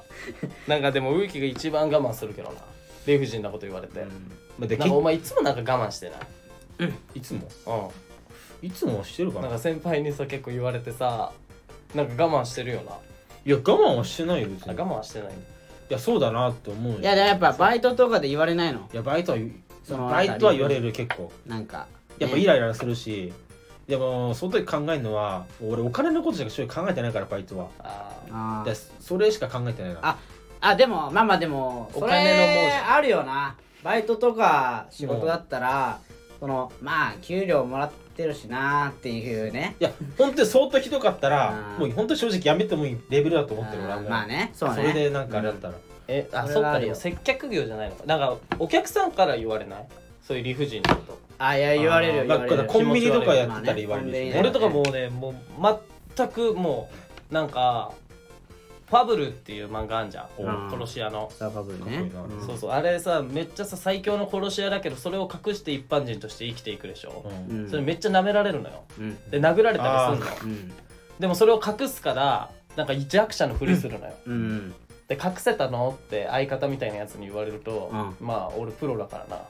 Speaker 2: なんかでも植木が一番我慢するけどな理不尽なこと言われて
Speaker 3: まあで
Speaker 2: なんかお前いつもなんか我慢してない
Speaker 3: いつも
Speaker 2: う
Speaker 3: いつもしてるか
Speaker 2: んなん
Speaker 3: な
Speaker 2: か先輩にさ結構言われてさなんか我慢してるよない
Speaker 3: や我慢はしてないよ別
Speaker 2: あ
Speaker 3: に
Speaker 2: 我慢はしてない
Speaker 3: いやそうだなって思うよ
Speaker 1: いやだからやっぱバイトとかで言われないの
Speaker 3: いやバイトは
Speaker 1: その
Speaker 3: バイトは言われる結構
Speaker 1: なんか
Speaker 3: やっぱイライラするしでもその時考えるのは俺お金のことしか正直考えてないからバイトは
Speaker 2: あー
Speaker 1: あ
Speaker 3: でそれしか考えてないな
Speaker 1: ああでもまあまあでも
Speaker 2: お金
Speaker 1: そ
Speaker 2: の亡者
Speaker 1: れあるよなバイトとか仕事だったらそのまあ給料もらってるしなっていうね
Speaker 3: いや本当に相当ひどかったら
Speaker 1: うん
Speaker 3: もう本当に正直やめてもいいレベルだと思ってる俺
Speaker 1: あ
Speaker 3: はも
Speaker 1: ー
Speaker 3: う
Speaker 1: まあねそうね
Speaker 3: それでなんかあれだったら、
Speaker 2: えあ
Speaker 1: そ
Speaker 2: そ
Speaker 1: れ
Speaker 2: っ
Speaker 1: はあ
Speaker 2: か
Speaker 1: る
Speaker 2: で
Speaker 1: よ
Speaker 2: も接客業じゃないのかなんかお客さんから言われないそういう理不尽なこと
Speaker 1: あいや言われるよ言
Speaker 3: まあ
Speaker 1: われる
Speaker 3: コンビニとかやってたら言わ
Speaker 1: まあ
Speaker 3: れ
Speaker 1: ね
Speaker 3: る
Speaker 1: コン
Speaker 3: し、
Speaker 1: ビニ
Speaker 2: 俺とかもうねもう全くもうなんかファブルっていう漫画あんじゃん
Speaker 1: うん
Speaker 2: 殺し屋の
Speaker 1: スターファブル
Speaker 3: かっ
Speaker 1: ね
Speaker 3: こいいな
Speaker 1: うん
Speaker 2: そうそうあれさめっちゃさ最強の殺し屋だけどそれを隠して一般人として生きていくでしょ、
Speaker 3: うん
Speaker 1: うん
Speaker 2: それめっちゃ舐められるのよ
Speaker 1: うん
Speaker 2: で殴られたりするの
Speaker 1: うん
Speaker 2: でもそれを隠すからなんか弱者のふりするのよ、
Speaker 1: うん
Speaker 2: で隠せたのって相方みたいなやつに言われると、
Speaker 1: う
Speaker 2: まあ俺プロだからな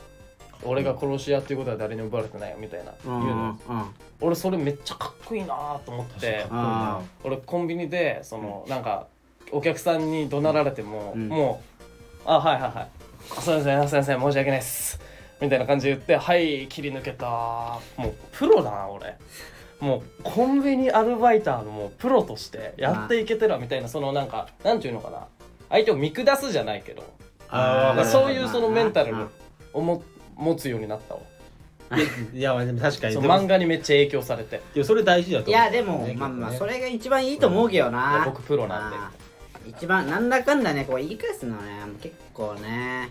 Speaker 2: 俺が殺し屋っていうことは誰にもバレてないよみたいな、
Speaker 1: うん
Speaker 2: 言うの
Speaker 1: う
Speaker 2: よ
Speaker 1: んうん
Speaker 2: 俺それめっちゃかっこいいなと思って
Speaker 3: 確かにかっ
Speaker 2: 俺コンビニでそのなんかお客さんに怒鳴られても、
Speaker 1: うん
Speaker 2: もう「あはいはいはいあすいませんすいません申し訳ないっす」みたいな感じで言って「はい切り抜けた」もうプロだな俺もうコンビニアルバイターのもうプロとしてやっていけてるわみたいなそのなんかなんていうのかな相手を見下すじゃないけど
Speaker 3: あー
Speaker 2: そういうそのメンタル
Speaker 1: うん
Speaker 2: を持持つようになったわ
Speaker 3: いやいやまあでも確かに
Speaker 2: そ
Speaker 3: で
Speaker 2: う
Speaker 3: も
Speaker 2: 漫画にめっちゃ影響されて
Speaker 3: でもそれ大事だと
Speaker 1: い
Speaker 3: 思う
Speaker 1: やでもまあまあそれが一番いいと思うけど
Speaker 2: いや
Speaker 1: な
Speaker 2: 僕プロなんで
Speaker 1: あー一番なんだかんだねこう言い返すのはね結構ね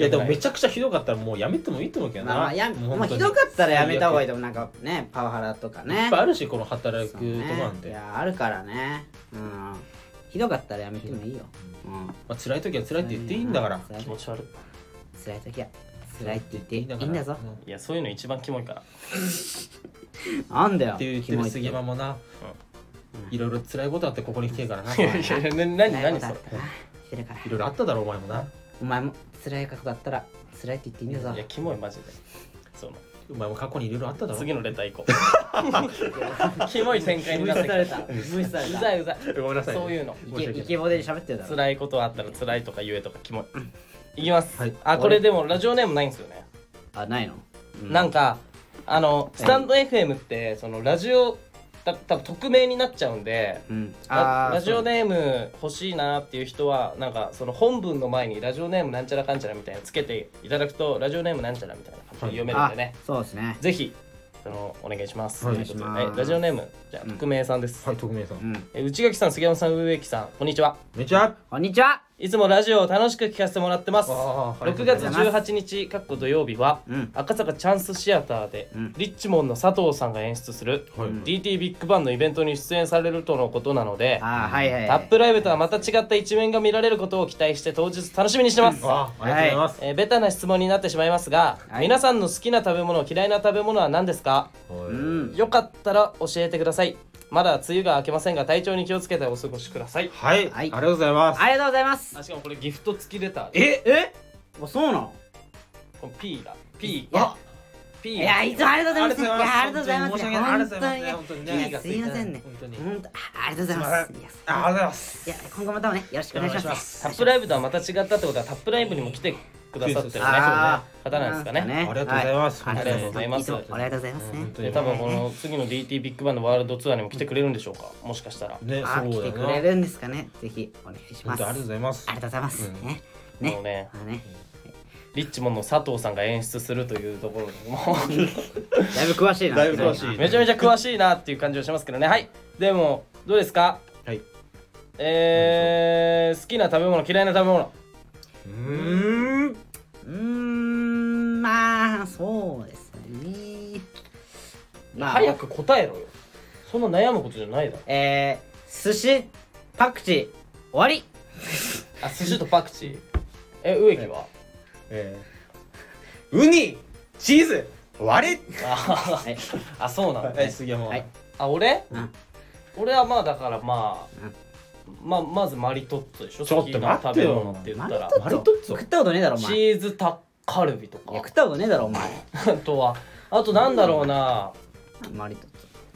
Speaker 3: いやでもめちゃくちゃひどかったらもうやめてもいいと思うけどな
Speaker 1: まあまあや
Speaker 3: もう
Speaker 1: もう
Speaker 3: 本
Speaker 1: ひ
Speaker 3: 当に
Speaker 1: どかったらやめた方がいい
Speaker 3: い
Speaker 1: と思うなんかねパワハラとか
Speaker 3: っ
Speaker 1: ね
Speaker 3: ぱいあるしこの働く
Speaker 1: そ
Speaker 3: と
Speaker 1: う
Speaker 3: こなん
Speaker 1: ねい
Speaker 3: でま
Speaker 1: やあるからねうんひどかったらやめてもいいようん
Speaker 3: あ辛い時は辛いって言っていいんだから
Speaker 1: 辛い
Speaker 2: 気持ち悪い
Speaker 1: 辛い時は辛いって言っていいんだ
Speaker 3: から
Speaker 1: ぞ
Speaker 3: うん
Speaker 2: いやそういうの一番キモいから
Speaker 1: なんだよ
Speaker 3: っていう
Speaker 1: キモいって
Speaker 3: 杉山もな、いろいろ辛いことあってここに来てるか らな。
Speaker 2: い
Speaker 3: い
Speaker 2: やいやいやな
Speaker 1: 辛
Speaker 2: 何
Speaker 1: いことあっ
Speaker 2: 何それ
Speaker 1: たなしてるから
Speaker 3: ろいろあっただろお前もな。
Speaker 1: お前も辛いことだったら辛いって言っていいんだぞ
Speaker 2: いやキモいマジでその
Speaker 3: お前も過去にいろいろあっただろ。
Speaker 2: 次のレター行こう キモい展開に
Speaker 1: 無
Speaker 2: な
Speaker 1: 視
Speaker 2: ってき
Speaker 1: さ
Speaker 2: た
Speaker 1: れた無視され
Speaker 2: う
Speaker 1: た
Speaker 2: ざいうざい
Speaker 3: ごめんなさいね
Speaker 2: そういうの
Speaker 1: イケイケボで喋ってるだろ
Speaker 2: 辛いことあったら辛いとか言えとかキモいいきます、
Speaker 3: はい
Speaker 2: あこれでもラジオネームないんですよね、
Speaker 1: あないの
Speaker 2: なんかあのスタンド FM ってそのラジオた多分匿名になっちゃうんで
Speaker 1: うんあ
Speaker 2: ラ
Speaker 1: ー
Speaker 2: ラジオネーム欲しいなっていう人はなんかその本文の前にラジオネームなんちゃらかんちゃらみたいなのつけていただくとラジオネームなんちゃらみたいな感じで読めるんでね、
Speaker 1: あそうですね
Speaker 2: ぜひあのお願いします。
Speaker 3: はい
Speaker 2: とうことで
Speaker 1: お願いします
Speaker 2: えラジオネームじゃあ匿名さんです。
Speaker 3: はい、徳明さん。
Speaker 1: うん
Speaker 2: え内垣さん、杉山さん、植木さん、こんにちは。
Speaker 3: めちゃ。
Speaker 1: こんにちはい
Speaker 2: つもラジオを楽しく聞かせてもらってます。
Speaker 3: あーありが
Speaker 2: 6
Speaker 3: とうござい
Speaker 2: 月
Speaker 1: ます
Speaker 2: 18日、かっこ土曜日は、
Speaker 1: うん
Speaker 2: 赤坂チャンスシアターで、
Speaker 1: うん
Speaker 2: リッチモンの佐藤さんが演出する、
Speaker 3: はい
Speaker 2: DT ビッグバンのイベントに出演されるとのことなので、
Speaker 1: あーはいはい
Speaker 2: タップライブとはまた違った一面が見られることを期待して当日楽しみにしてます。
Speaker 3: あー、ありがとうございます。
Speaker 2: えーベタな質問になってしまいますが、
Speaker 1: はい
Speaker 2: 皆さんの好きな食べ物嫌いな食べ物は何ですか
Speaker 3: は
Speaker 1: う
Speaker 3: い
Speaker 1: ん
Speaker 2: よかったら教えてくださいまだ梅雨が明けませんが体調に気をつけてお過ごしください
Speaker 3: はい、
Speaker 1: は
Speaker 3: あ
Speaker 1: い
Speaker 3: りがとうございます。
Speaker 1: ありがとうございます
Speaker 2: あしかもこれギフト付きレター
Speaker 3: え、え、
Speaker 1: あそうなの
Speaker 2: P だ P
Speaker 3: あ、
Speaker 2: P
Speaker 1: いやいつもありがとうございますいやありがとうございます
Speaker 3: 申し訳ないありがとうございます。
Speaker 1: 本
Speaker 3: 本当に
Speaker 1: 当に
Speaker 3: ね。
Speaker 1: いやすいませんね
Speaker 3: 本当に。
Speaker 1: 本当あありがとうございますいや
Speaker 3: あ、ありがとうございます。
Speaker 1: いや今後またもねよろしくお願いします
Speaker 2: タップライブとはまた違ったってことはタップライブにも来てくださってるね
Speaker 1: あー
Speaker 2: 方なんですかね
Speaker 1: な
Speaker 3: ありがとうございます
Speaker 1: は
Speaker 2: ありがとうございます
Speaker 1: つもありがとうございますね。
Speaker 3: 本当
Speaker 2: で
Speaker 3: に
Speaker 2: 多分この次の DT ビッグバンのワールドツアーにも来てくれるんでしょうかもしかしたら
Speaker 3: ね、
Speaker 1: あ、来
Speaker 3: そうだ
Speaker 1: て
Speaker 3: よ
Speaker 1: く
Speaker 3: な。
Speaker 1: れるんですかね。ぜひお願いします。
Speaker 3: 本当ありがとうございます
Speaker 1: あ。りがとうございます。
Speaker 3: うん
Speaker 1: ね。
Speaker 2: も
Speaker 1: ね。
Speaker 2: うね
Speaker 1: まあね。
Speaker 2: リッチモンの佐藤さんが演出するというところでもう
Speaker 1: だいぶ詳しいな。
Speaker 3: だいぶ詳しい
Speaker 2: めちゃめちゃ詳しいなっていう感じはしますけどねはいでもどうですか
Speaker 3: はい。
Speaker 2: えー、好きな食べ物嫌いな食べ物
Speaker 3: う
Speaker 1: う
Speaker 3: ーん。
Speaker 1: ーん。うーん、まあ、そうですね。まあ、
Speaker 2: 早く答えろよそんな悩むことじゃないだろ
Speaker 1: えー、寿司、パクチー、終わり
Speaker 2: あ寿司とパクチーえ植木は
Speaker 3: えーウニ、チーズ、割れ。
Speaker 2: あ
Speaker 1: はい。
Speaker 2: あそうなんだ、
Speaker 3: はい、
Speaker 2: ね、
Speaker 3: 杉山は。
Speaker 1: はい
Speaker 2: あ俺
Speaker 1: うん。
Speaker 2: 俺はまあだからま
Speaker 1: う
Speaker 2: あ
Speaker 1: ん
Speaker 2: まあまずマリトッツォでしょ
Speaker 3: ちょっと待ってよ
Speaker 2: 好きな食べ物って言ったら
Speaker 3: マリトッツォ
Speaker 1: 食ったことねえだろ、お
Speaker 2: チ
Speaker 1: 前。い
Speaker 2: ーズタッカルビと
Speaker 1: や、食
Speaker 2: か
Speaker 1: ったことねえだろ、お前。
Speaker 2: あとはあとなんだろうな
Speaker 1: マリトッ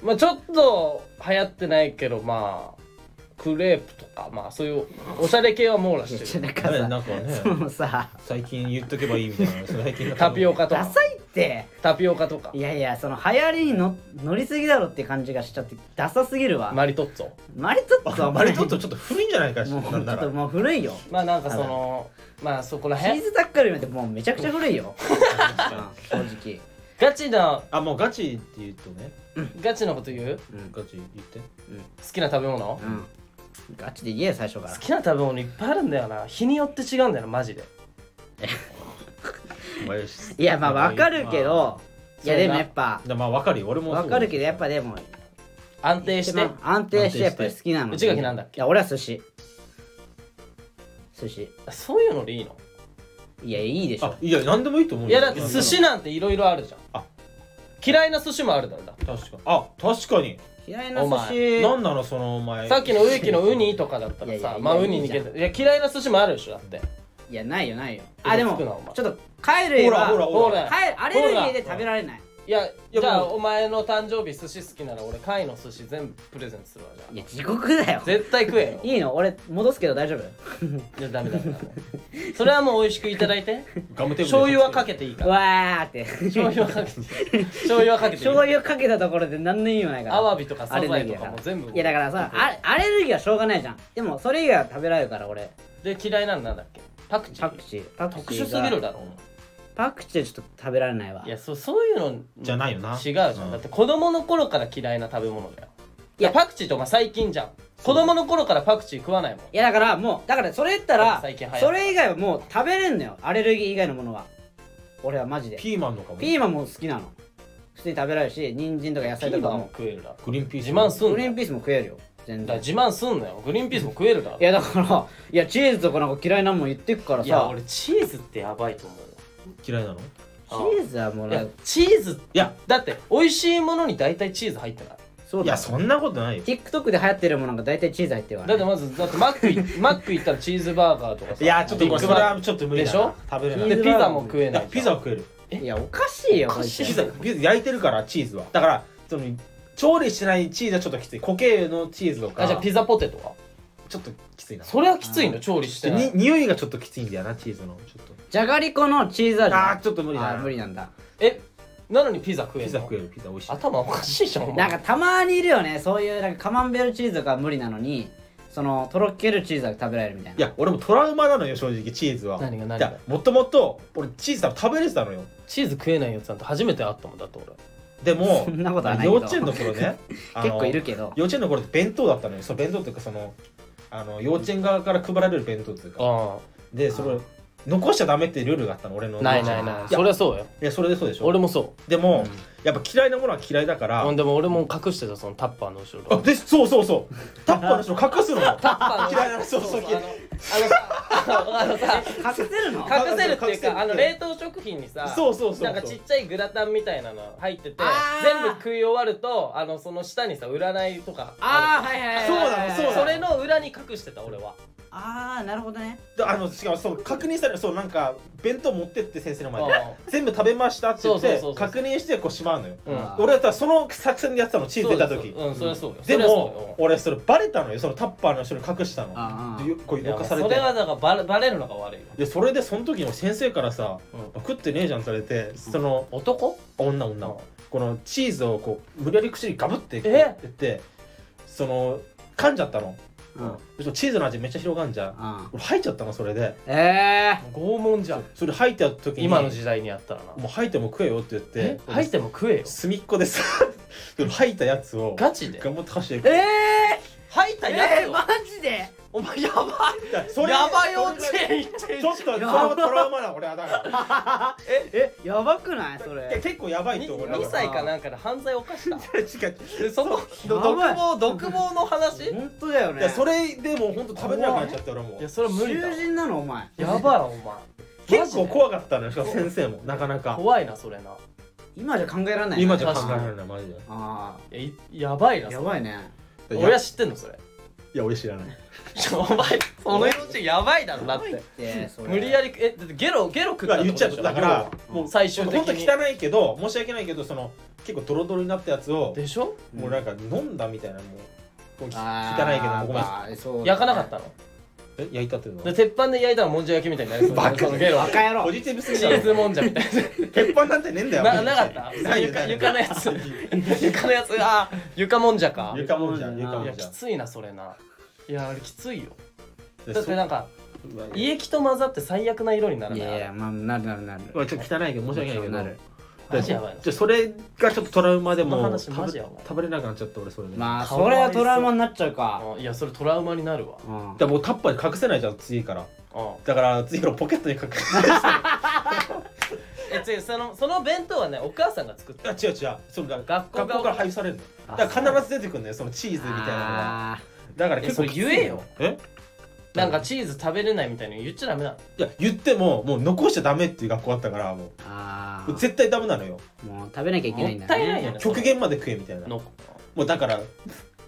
Speaker 2: まあちょっと流行ってないけどまあクレープとかまあそういうおしゃれ系は網羅
Speaker 1: ツォ。いや、
Speaker 2: し
Speaker 1: ち
Speaker 2: て
Speaker 1: ょ
Speaker 2: る
Speaker 1: なんか
Speaker 3: ねな
Speaker 1: さ、
Speaker 3: んか
Speaker 1: そ。
Speaker 3: ね
Speaker 1: のさ、
Speaker 3: 最近言っとけばいいみたいな最近
Speaker 2: タピオ
Speaker 3: カ
Speaker 2: カと
Speaker 1: ダ
Speaker 2: か
Speaker 1: サいって。
Speaker 2: タピオカとか
Speaker 1: いやいや、その流行りにの乗りすぎだろって感じがしちゃって、ダサすぎるわ。
Speaker 2: マリトッツォ
Speaker 1: マリトッツォは
Speaker 3: マリトッツォちょっと古いんじゃないかし
Speaker 1: もうちょ
Speaker 3: なんな
Speaker 1: っ
Speaker 3: ら
Speaker 1: ともう古いよ。
Speaker 2: まあなんかそのまあそこら
Speaker 1: チー
Speaker 2: 辺
Speaker 1: ズタッカルビなんてもうめちゃくちゃ古い よ。うん正直。
Speaker 2: ガチな
Speaker 3: あもうガチって言うとね
Speaker 2: ガチなこと言う
Speaker 1: うん。
Speaker 3: ガチ言って
Speaker 2: 好きな食べ物
Speaker 1: うん。ガチで言えよ、最初から
Speaker 2: 好。きな食べ物いっぱいあるんだよな日によって違うんだよなマジで
Speaker 3: お前
Speaker 1: いや、まあわかるけど、いやでもやっぱ、
Speaker 3: まあわかるよ俺も
Speaker 1: わかるけど、やっ
Speaker 3: ぱ
Speaker 1: ぱでも、
Speaker 2: 安定して
Speaker 1: 一番安定してやっぱり好きなの
Speaker 2: 内垣なんだっけ
Speaker 1: いや俺は寿司寿司
Speaker 2: そういうのでいいの
Speaker 1: いやいいでしょ
Speaker 3: あいや何でもいいと思う
Speaker 2: い
Speaker 3: よ
Speaker 2: やだって寿司なんていろいろあるじゃん
Speaker 3: あ
Speaker 2: 嫌いな寿司もあるだろだって
Speaker 3: 確かあ確かに
Speaker 1: 嫌いな
Speaker 2: お
Speaker 1: 寿
Speaker 2: 前
Speaker 1: 司
Speaker 3: 何なのそのお前
Speaker 2: さっきの植木のウニとかだったら
Speaker 1: いやい
Speaker 2: さ
Speaker 1: や
Speaker 2: まあ
Speaker 1: いや
Speaker 2: ウニに
Speaker 1: いいじゃん
Speaker 2: いや嫌いな寿司もあるでしょだって
Speaker 1: いやないよないよ
Speaker 2: 嘘
Speaker 1: あで
Speaker 2: つくな
Speaker 1: も
Speaker 2: お前
Speaker 1: ちょっと貝類は
Speaker 3: ほら
Speaker 2: ほら
Speaker 1: 貝アレルギーで食べられない
Speaker 2: いや
Speaker 3: や
Speaker 2: じゃあ
Speaker 3: もう
Speaker 2: お前の誕生日寿司好きなら俺貝の寿司全部プレゼントするわじゃ
Speaker 1: い
Speaker 2: あ
Speaker 1: や地獄だよ
Speaker 2: 絶対食えよ
Speaker 1: いいの俺戻すけど大丈夫
Speaker 2: いやダメダメダメそれはもう美味しくいただ いて
Speaker 3: ガムテープで
Speaker 2: 醤油はかけていいか
Speaker 1: う
Speaker 2: ら
Speaker 1: わーっ て
Speaker 2: 醤油はかけていい醤油はかけていい
Speaker 1: 醤油かけたところで何の意味もないから
Speaker 2: アワビとかサザ
Speaker 1: アレ
Speaker 2: エ
Speaker 1: ル
Speaker 2: と
Speaker 1: ギーだ
Speaker 2: からも全部
Speaker 1: いやだからさあアレルギーはしょうがないじゃんでもそれ以外は食べられるから俺
Speaker 2: で嫌いなのなんだっけパクチ
Speaker 1: パ
Speaker 2: ー
Speaker 1: クチーパク
Speaker 2: 特
Speaker 1: チー
Speaker 2: 殊
Speaker 1: が
Speaker 2: すぎるだろ
Speaker 1: パクチーはちょっと食べられないわ
Speaker 2: いやそうそういうの
Speaker 3: じゃないよな
Speaker 2: 違うじゃん、
Speaker 3: うん
Speaker 2: だって子供の頃から嫌いな食べ物だよい
Speaker 1: いや
Speaker 2: やパクチーとか最近じゃん子供の頃からパクチー食わないも
Speaker 1: い
Speaker 2: ん
Speaker 1: やだからもうだからそれ言ったら
Speaker 2: 最近流行った
Speaker 1: それ以外はもう食べれんのよアレルギー以外のものは俺はマジで
Speaker 3: ピーマンのかも
Speaker 1: ピーマンも好きなの普通に食べられるし人参とか野
Speaker 2: ピ
Speaker 1: 菜と
Speaker 2: ー
Speaker 1: か
Speaker 2: マンも
Speaker 1: も
Speaker 2: 食えるだろ
Speaker 3: グリーンピース
Speaker 2: 自慢す
Speaker 1: グ
Speaker 2: んな
Speaker 1: リー
Speaker 2: よ
Speaker 1: ンピースも食えるよ全
Speaker 2: だから
Speaker 1: 然
Speaker 2: 自慢すんなよグリーンピースも食えるだろ
Speaker 1: いやだからいやチーズとかなんか嫌いなもん言ってくから
Speaker 2: いや
Speaker 1: さ
Speaker 2: 俺チーズってやばいと思うよ
Speaker 3: 嫌いなのい
Speaker 1: チーズはもう
Speaker 2: い
Speaker 1: な
Speaker 2: や
Speaker 1: んか
Speaker 2: チーズ
Speaker 3: や
Speaker 2: だって美味しいものに大体チーズ入ってない
Speaker 1: そう
Speaker 3: い
Speaker 1: だ
Speaker 3: や
Speaker 1: よ
Speaker 3: そんなことないよ
Speaker 1: TikTok で流行ってるものなんか大体チーズ入ってるか
Speaker 2: だ
Speaker 1: ら
Speaker 2: って
Speaker 1: ね
Speaker 2: まずだってマック行マック行ったらチーズバーガーとかさ
Speaker 3: いやちょっと
Speaker 2: ビ
Speaker 3: こ
Speaker 2: ッ
Speaker 3: れ
Speaker 2: グ
Speaker 3: それ
Speaker 2: バ
Speaker 3: はちょっと無理だ
Speaker 2: でしょ
Speaker 3: な食べれ
Speaker 1: ピ
Speaker 3: な
Speaker 1: ー
Speaker 2: ー
Speaker 3: い
Speaker 2: で
Speaker 1: ズ
Speaker 2: ピザも食え
Speaker 3: い
Speaker 2: な
Speaker 3: や
Speaker 2: い
Speaker 3: ピザは食える
Speaker 2: え
Speaker 1: いやおかしいよ
Speaker 2: おかしい
Speaker 1: こいつ
Speaker 3: ピザピザ焼いてるからチーズはだからその調理してないチーズはちょっときつい固形のチーズとか
Speaker 2: あじゃあピザポテトは
Speaker 3: ちょっときついな
Speaker 2: それはきついの調理してない
Speaker 3: に匂いがちょっときついんだよなチーズのちょっと
Speaker 1: じゃがりこのチーズ味
Speaker 3: あーちょっと無理だ
Speaker 1: あ
Speaker 3: な
Speaker 1: ー無理なんだ
Speaker 2: えなのにピザ食え
Speaker 3: ピ
Speaker 2: る
Speaker 3: ザ
Speaker 2: の
Speaker 3: 食えるピザ美味しい
Speaker 2: 頭おかしいじゃんお
Speaker 1: な
Speaker 2: 前
Speaker 1: んかたまにいるよねそういうなんかカマンベールチーズとかは無理なのにそのとろけるチーズが食べられるみたいない
Speaker 3: や俺もトラウマなのよ正直チーズは
Speaker 2: 何が何
Speaker 3: い
Speaker 2: が
Speaker 3: やもともと俺チーズ多分食べれてたのよ
Speaker 2: チーズ食えないやつなんて初めて会ったもんだって俺
Speaker 3: でも
Speaker 1: そんなことはないけど
Speaker 3: 幼稚園の頃ねあの
Speaker 1: 結構いるけど
Speaker 3: 幼稚園の頃って弁当だったのよそう弁当っていうかそのあの幼稚園側から配られる弁当っていうか
Speaker 2: あ
Speaker 3: でそれを残しちゃダメっていうルールがあったの俺の
Speaker 2: あないないない
Speaker 1: いや
Speaker 2: それはそうよ
Speaker 3: いやそれでそうでしょ
Speaker 2: 俺もそう
Speaker 3: でも、
Speaker 1: うん
Speaker 3: やっぱ嫌いなものは嫌いだから、
Speaker 2: うんでも俺も隠してたそのタッパーの後ろ
Speaker 3: あでそうそうそうタッパーの人隠すの よ
Speaker 2: タッパーの
Speaker 3: 嫌いなそうそう嫌い
Speaker 2: あのあのさ
Speaker 1: 隠せるの
Speaker 2: あのさ隠せるっていう
Speaker 3: 隠せる
Speaker 2: かあの冷凍食品にさ
Speaker 3: そうそうそうそう
Speaker 2: なんかちっちゃいグラタンみたいなの入ってて
Speaker 1: あー
Speaker 2: 全部食い終わるとあのその下にさ占いとか
Speaker 1: あ
Speaker 2: あ
Speaker 1: あはいはいはい
Speaker 3: そう
Speaker 1: はい
Speaker 3: なのそう
Speaker 2: る
Speaker 3: なー
Speaker 2: それの裏に隠してた俺は
Speaker 1: ああなるほどね
Speaker 3: であのしかもそう確認したらそうなんか弁当持ってって先生の前で
Speaker 2: あ
Speaker 3: 全部食べましたって言って
Speaker 2: そうそうそうそう
Speaker 3: 確認してこうしまうのよ
Speaker 2: うん
Speaker 1: あー
Speaker 3: 俺だったらその作戦でやってたのチーズ出た時
Speaker 2: うんそりゃそうよ
Speaker 3: で
Speaker 2: そりゃそうよ
Speaker 3: も俺それバレたのよそのタッパーの人に隠した
Speaker 1: あー
Speaker 3: の
Speaker 1: あー
Speaker 3: でよこう
Speaker 2: いや
Speaker 3: よかされ
Speaker 2: そ
Speaker 3: て
Speaker 2: れはだからバレバレるのが悪いよ、
Speaker 3: でそれでその時の先生からさ「
Speaker 2: う
Speaker 3: 食ってねえじゃん」されてその
Speaker 2: ん、男
Speaker 3: 女女をこのチーズをこう無理やり口にガブってこう
Speaker 2: え
Speaker 3: やってその噛んじゃったの
Speaker 1: うん
Speaker 3: でそのチーズの味めっちゃ広がんじゃん
Speaker 1: うん
Speaker 3: 俺吐いちゃったのそれで
Speaker 1: え
Speaker 2: 拷問じゃん
Speaker 3: それ吐いてやった時に
Speaker 2: 今の時代にやったらな
Speaker 3: もう吐いても食えよって言って
Speaker 2: え入っても食えよ
Speaker 3: 隅っこでさ その吐いたやつを
Speaker 2: ガチで
Speaker 3: 頑張って走っ
Speaker 1: ー
Speaker 3: て
Speaker 1: え
Speaker 2: 入っ
Speaker 1: ー
Speaker 2: た
Speaker 1: えーマジで
Speaker 2: お前やば
Speaker 3: それ
Speaker 2: やばい幼稚園行ってん
Speaker 3: ち
Speaker 2: じゃ
Speaker 3: ょ
Speaker 2: ん
Speaker 3: っとそれはトラウマだ俺はだか
Speaker 1: えやばくないそ
Speaker 3: らいや
Speaker 1: れ
Speaker 3: 結構やばいと思うだか
Speaker 2: 2
Speaker 3: ら
Speaker 2: 歳かなんかで犯罪犯した
Speaker 3: 違う
Speaker 2: でそ
Speaker 1: や
Speaker 2: こ独
Speaker 1: ばい
Speaker 2: 房独房の話い
Speaker 1: 本当だよ
Speaker 3: いや
Speaker 1: ね
Speaker 3: それでもう本当食べれなくなっちゃって俺も
Speaker 2: やそれは無理だ
Speaker 1: 囚人なのお前
Speaker 2: やばいお前
Speaker 3: 結
Speaker 2: 怖
Speaker 3: 構
Speaker 2: い
Speaker 3: 怖かったのよしかも先生もなかなか
Speaker 2: 怖いなそれな
Speaker 1: 今じゃ考えられない
Speaker 3: 今じゃ考えら
Speaker 1: い
Speaker 3: れないマジで
Speaker 1: あ
Speaker 2: いやいやばい
Speaker 1: あ
Speaker 2: な
Speaker 1: や
Speaker 2: そ
Speaker 1: ばいね
Speaker 2: れ
Speaker 3: いや
Speaker 2: 親知ってんのそれ
Speaker 3: いや俺知らない
Speaker 2: ちょお前その幼稚園やばいだろだって
Speaker 1: でそれ
Speaker 2: 無理やりえだってゲロゲロ食った
Speaker 3: 言っちゃっただから
Speaker 2: も
Speaker 3: も
Speaker 2: う
Speaker 3: う
Speaker 2: 最終的に
Speaker 3: 本当汚いけど申し訳ないけどその結構ドロドロになったやつを
Speaker 2: でしょ
Speaker 3: もうなんか飲んだみたいなもうこう汚いけど
Speaker 1: あー
Speaker 3: ごめん
Speaker 1: まあそうだね
Speaker 2: 焼かなかったの
Speaker 3: え焼いたっていうの
Speaker 2: で鉄板で焼いたらもんじゃ焼きみたいになりそうだねそのゲロ
Speaker 1: バカ野郎
Speaker 3: ポジティブすぎ
Speaker 2: チ
Speaker 3: だろ
Speaker 2: ーズもんじゃみたい
Speaker 3: 鉄板なんてねえんだよ
Speaker 2: なななかった
Speaker 3: ないよ
Speaker 2: 床
Speaker 3: ないよ
Speaker 2: 床のやつ床のやつあー床もんじゃか
Speaker 3: 床もんじゃん
Speaker 1: 床
Speaker 3: 床
Speaker 1: も
Speaker 3: も
Speaker 1: ん
Speaker 2: い
Speaker 3: ん
Speaker 2: や
Speaker 3: じゃ
Speaker 2: き
Speaker 3: ん
Speaker 2: ついなそれないやあれきついよ
Speaker 3: で
Speaker 2: だってなんか
Speaker 3: うわ
Speaker 2: 胃液と混ざって最悪な色になる
Speaker 1: い
Speaker 2: な
Speaker 1: やいやまあなるなるなる
Speaker 3: うわちょっと汚いけど申し訳ないけど
Speaker 1: なる
Speaker 2: マジやばいな
Speaker 3: じゃあそれがちょっとトラウマで
Speaker 2: その
Speaker 3: もう
Speaker 2: 話マジ
Speaker 3: 食べ
Speaker 2: やばい
Speaker 3: 食べれなくなっちゃった俺それね、
Speaker 1: まあ
Speaker 2: かわいそ
Speaker 1: そうれはトラウマになっちゃうか
Speaker 2: あいやそれトラウマになるわ
Speaker 1: うん
Speaker 3: でもうタッパーで隠せないじゃん次から
Speaker 2: あ
Speaker 3: だから次からポケットに隠す
Speaker 2: ええ違うそのその弁当はねお母さんが作って
Speaker 3: あ違う違うそのだ
Speaker 2: 学校が
Speaker 3: 学校から配布されるの
Speaker 1: あ
Speaker 3: だから必ず出てくるのよそのチーズみたいなのが
Speaker 1: あ
Speaker 3: だから
Speaker 2: え
Speaker 3: 結
Speaker 2: そ
Speaker 3: 構
Speaker 2: れ言えよ
Speaker 3: え
Speaker 2: なんかチーズ食べれないみたいなの言っちゃダメなの
Speaker 3: いや言ってももう残しちゃダメっていう学校あったからも
Speaker 1: ーあ
Speaker 3: う
Speaker 1: ー
Speaker 3: 絶対ダメなのよ
Speaker 1: もう食べなきゃいけないんだね
Speaker 2: もったいないよね
Speaker 3: 極限まで食えみたいな
Speaker 2: の
Speaker 3: もうだから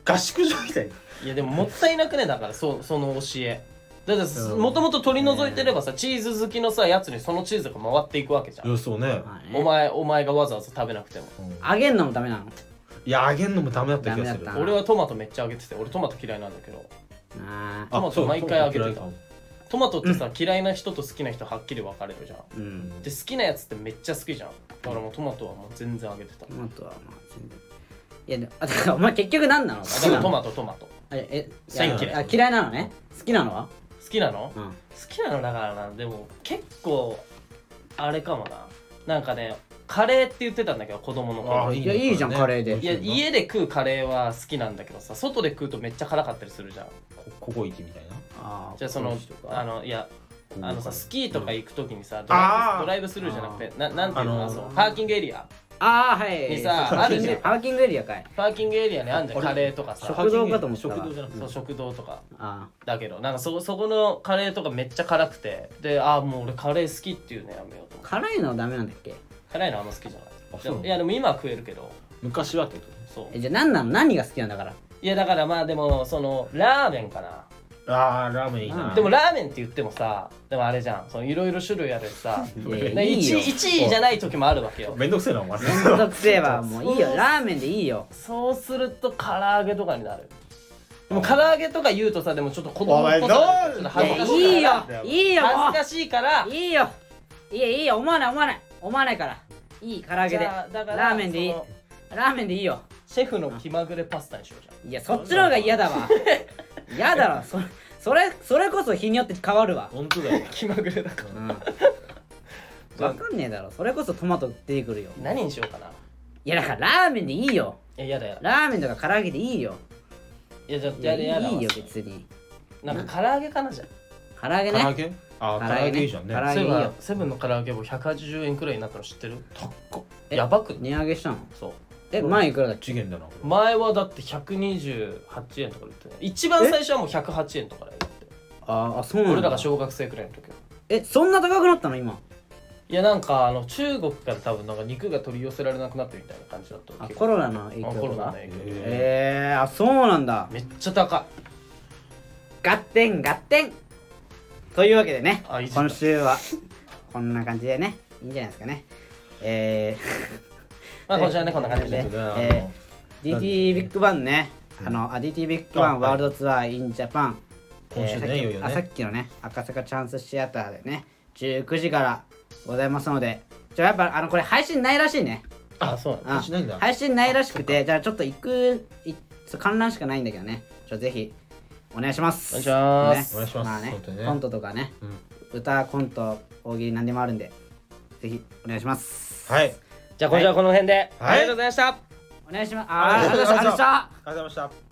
Speaker 3: 合宿所みたいない
Speaker 2: やでももったいなくねだからそその教えだって
Speaker 1: うん
Speaker 2: もともと取り除いてればさチーズ好きのさやつにそのチーズが回っていくわけじゃん
Speaker 3: うんそうね
Speaker 1: まあね
Speaker 2: お前お前がわざわざ食べなくても
Speaker 1: 揚げんのもダメなの
Speaker 3: いやあげんのもダメだった気がする
Speaker 1: ダメだっ
Speaker 2: 俺はトマトめっちゃあげてて俺トマト嫌いなんだけど
Speaker 1: あー
Speaker 3: あ
Speaker 2: トマト
Speaker 3: そう
Speaker 2: 毎回あげてた
Speaker 3: 嫌いかも
Speaker 2: トマトってさ、嫌いな人と好きな人はっきり分かれるじゃん
Speaker 1: うん
Speaker 2: で好きなやつってめっちゃ好きじゃんだからもうトマトはもう全然あげてた
Speaker 1: トマトはまあ全然いやでもあだからお前結局何なの
Speaker 2: あでもトマトトマト
Speaker 1: ええ
Speaker 2: サイン嫌い
Speaker 1: あ嫌いなのね好きなのは
Speaker 2: 好きなの
Speaker 1: うん
Speaker 2: 好きなのだからなでも結構あれかもななんかねカレーって言ってたんだけど子供の
Speaker 3: あ
Speaker 2: 頃
Speaker 3: あ
Speaker 2: い
Speaker 1: いやいいじゃんカレーで
Speaker 3: い
Speaker 2: や
Speaker 3: や
Speaker 2: 家で食うカレーは好きなんだけどさ外で食うとめっちゃ辛かったりするじゃん
Speaker 3: こここ行きみたいな
Speaker 1: あー
Speaker 2: じゃあその
Speaker 1: こ人か
Speaker 2: あのいやあのさスキーとか行く時にさド
Speaker 3: あ
Speaker 2: ラ
Speaker 3: ー
Speaker 2: イブドライブスルーじゃなくてななんていうの
Speaker 3: あのー
Speaker 2: そうパーキングエリア
Speaker 1: あーはい
Speaker 2: にさあるじゃん
Speaker 1: パーキングエリアかい
Speaker 2: パーキングエリアにあんじゃん
Speaker 3: あれ
Speaker 2: カレーとかさ
Speaker 1: 食堂かと思ったわ
Speaker 3: 食堂じゃなくて
Speaker 2: そう食堂とか
Speaker 1: あ
Speaker 2: だけどなんかそそこのカレーとかめっちゃ辛くてでああもう俺カレー好きっていうのやめようと思
Speaker 1: ー
Speaker 2: って
Speaker 1: 辛いのダメなんだっけ
Speaker 2: 辛いのあんま好きじゃない
Speaker 3: あ
Speaker 2: で
Speaker 3: そう
Speaker 2: もいやでも今は食えるけど
Speaker 3: 昔はってこ
Speaker 2: そう
Speaker 1: えじゃあ何なの何が好きなんだから
Speaker 2: いやだからまあでもそのラーメンかな
Speaker 3: とああラーメンいい
Speaker 1: うん
Speaker 3: な
Speaker 2: でもラーメンって言ってもさでもあれじゃんそのいろいろ種類あるしさ
Speaker 1: ね
Speaker 2: で
Speaker 1: いい
Speaker 2: 一
Speaker 1: よ
Speaker 2: 位一位じゃない時もあるわけよ
Speaker 3: めんどくせえなお前
Speaker 1: めんどくせえわもういいよラーメンでいいよ
Speaker 2: そうすると唐揚げとかになるでも唐揚げとか言うとさでもちょっと子供っぽさ
Speaker 3: お前
Speaker 2: ちょっと
Speaker 1: い
Speaker 2: 恥ず
Speaker 1: や
Speaker 2: か
Speaker 1: い
Speaker 2: しい
Speaker 1: いよいい
Speaker 3: から
Speaker 1: よ
Speaker 2: 恥
Speaker 1: も
Speaker 2: ずかしいから
Speaker 1: ういいよいいよいいよ思わない思わない思わないからいい唐揚げ
Speaker 2: じ
Speaker 1: で
Speaker 2: ゃ
Speaker 1: ラ
Speaker 2: あだから
Speaker 1: ーメンでいい
Speaker 2: その
Speaker 1: ーメンでいいよ
Speaker 2: シェフの気まぐれパスタにしようじゃん
Speaker 1: いやそっちの方が嫌だわ嫌だろそそれそれこそ日によって変わるわ
Speaker 3: 本当だよ
Speaker 2: 気まぐれだから
Speaker 1: うんわかんねえだろそれこそトマト出てくるよ
Speaker 2: 何にしようかない
Speaker 1: やだからラーメンでいいよ
Speaker 2: ややだやだ
Speaker 1: ラーメンとか唐揚げでいいよ
Speaker 2: いやじゃ
Speaker 1: い
Speaker 2: や
Speaker 1: や
Speaker 2: だやだ
Speaker 1: いいよ
Speaker 2: 忘れ
Speaker 1: 別に
Speaker 2: なんか唐揚げかなじゃん
Speaker 1: 唐揚げ
Speaker 3: 唐揚
Speaker 1: ね
Speaker 3: げあ
Speaker 1: 唐揚
Speaker 3: ー唐
Speaker 1: げね
Speaker 3: 揚げいいじゃんね
Speaker 1: 唐揚げ
Speaker 2: そう
Speaker 1: い
Speaker 2: いえ
Speaker 1: いよ
Speaker 2: ばセブンの唐揚げも180円くらいになったの知ってる
Speaker 3: 高っ
Speaker 1: え
Speaker 2: やばくね
Speaker 1: 値上げしたの
Speaker 2: そう
Speaker 1: え前いくらだっけ
Speaker 3: 次元だなこれ
Speaker 2: 前はだって128円とかで売ってね一番最初はもう108円とかで売って
Speaker 1: あーあそうな
Speaker 2: 俺
Speaker 1: んだ
Speaker 2: らが小学生くらいの時は
Speaker 1: えそんな高くなったの今
Speaker 2: いやなんかあの中国から多分なんか肉が取り寄せられなくなってみたいな感じだった
Speaker 1: あ
Speaker 2: 結構
Speaker 1: コロナの影響
Speaker 2: あコロナの
Speaker 1: ね
Speaker 2: 影響
Speaker 3: え
Speaker 1: えー、あそうなんだ
Speaker 2: めっちゃ高
Speaker 1: ガッテンガッテンというわけでね
Speaker 2: あいいじゃん
Speaker 1: 今週はこんな感じでねいいんじゃないですかねえ
Speaker 2: いまあこちらねこんな感じ
Speaker 1: え
Speaker 2: で
Speaker 3: ーだから
Speaker 1: えー、DT ビッグバンねあのあ DT ビッグバン
Speaker 3: あ
Speaker 1: ワールドツアーインジャパン
Speaker 3: 今週ね
Speaker 1: えーさっき
Speaker 3: いよいよね
Speaker 1: あさっきのね赤坂チャンスシアターでね19時からございますのでじゃあやっぱあのこれ配信ないらしいね
Speaker 2: あそうなんだ
Speaker 1: あ
Speaker 3: 配信ないんだ
Speaker 1: 配信ないらしくてじゃあちょっと行くいそう観覧しかないんだけどねちょっとぜひお願いします
Speaker 2: お願いしま
Speaker 1: ね
Speaker 2: す
Speaker 3: お願いします
Speaker 1: まあね
Speaker 3: 本当にね
Speaker 1: コントとかね
Speaker 3: うん
Speaker 1: 歌コント大喜利何でもあるんでぜひお願いします
Speaker 3: はい
Speaker 2: じゃあ今週はこの辺で、
Speaker 3: はい
Speaker 2: ありがとうございました
Speaker 1: お願いしますあーありがとうございました
Speaker 3: ありがとうございました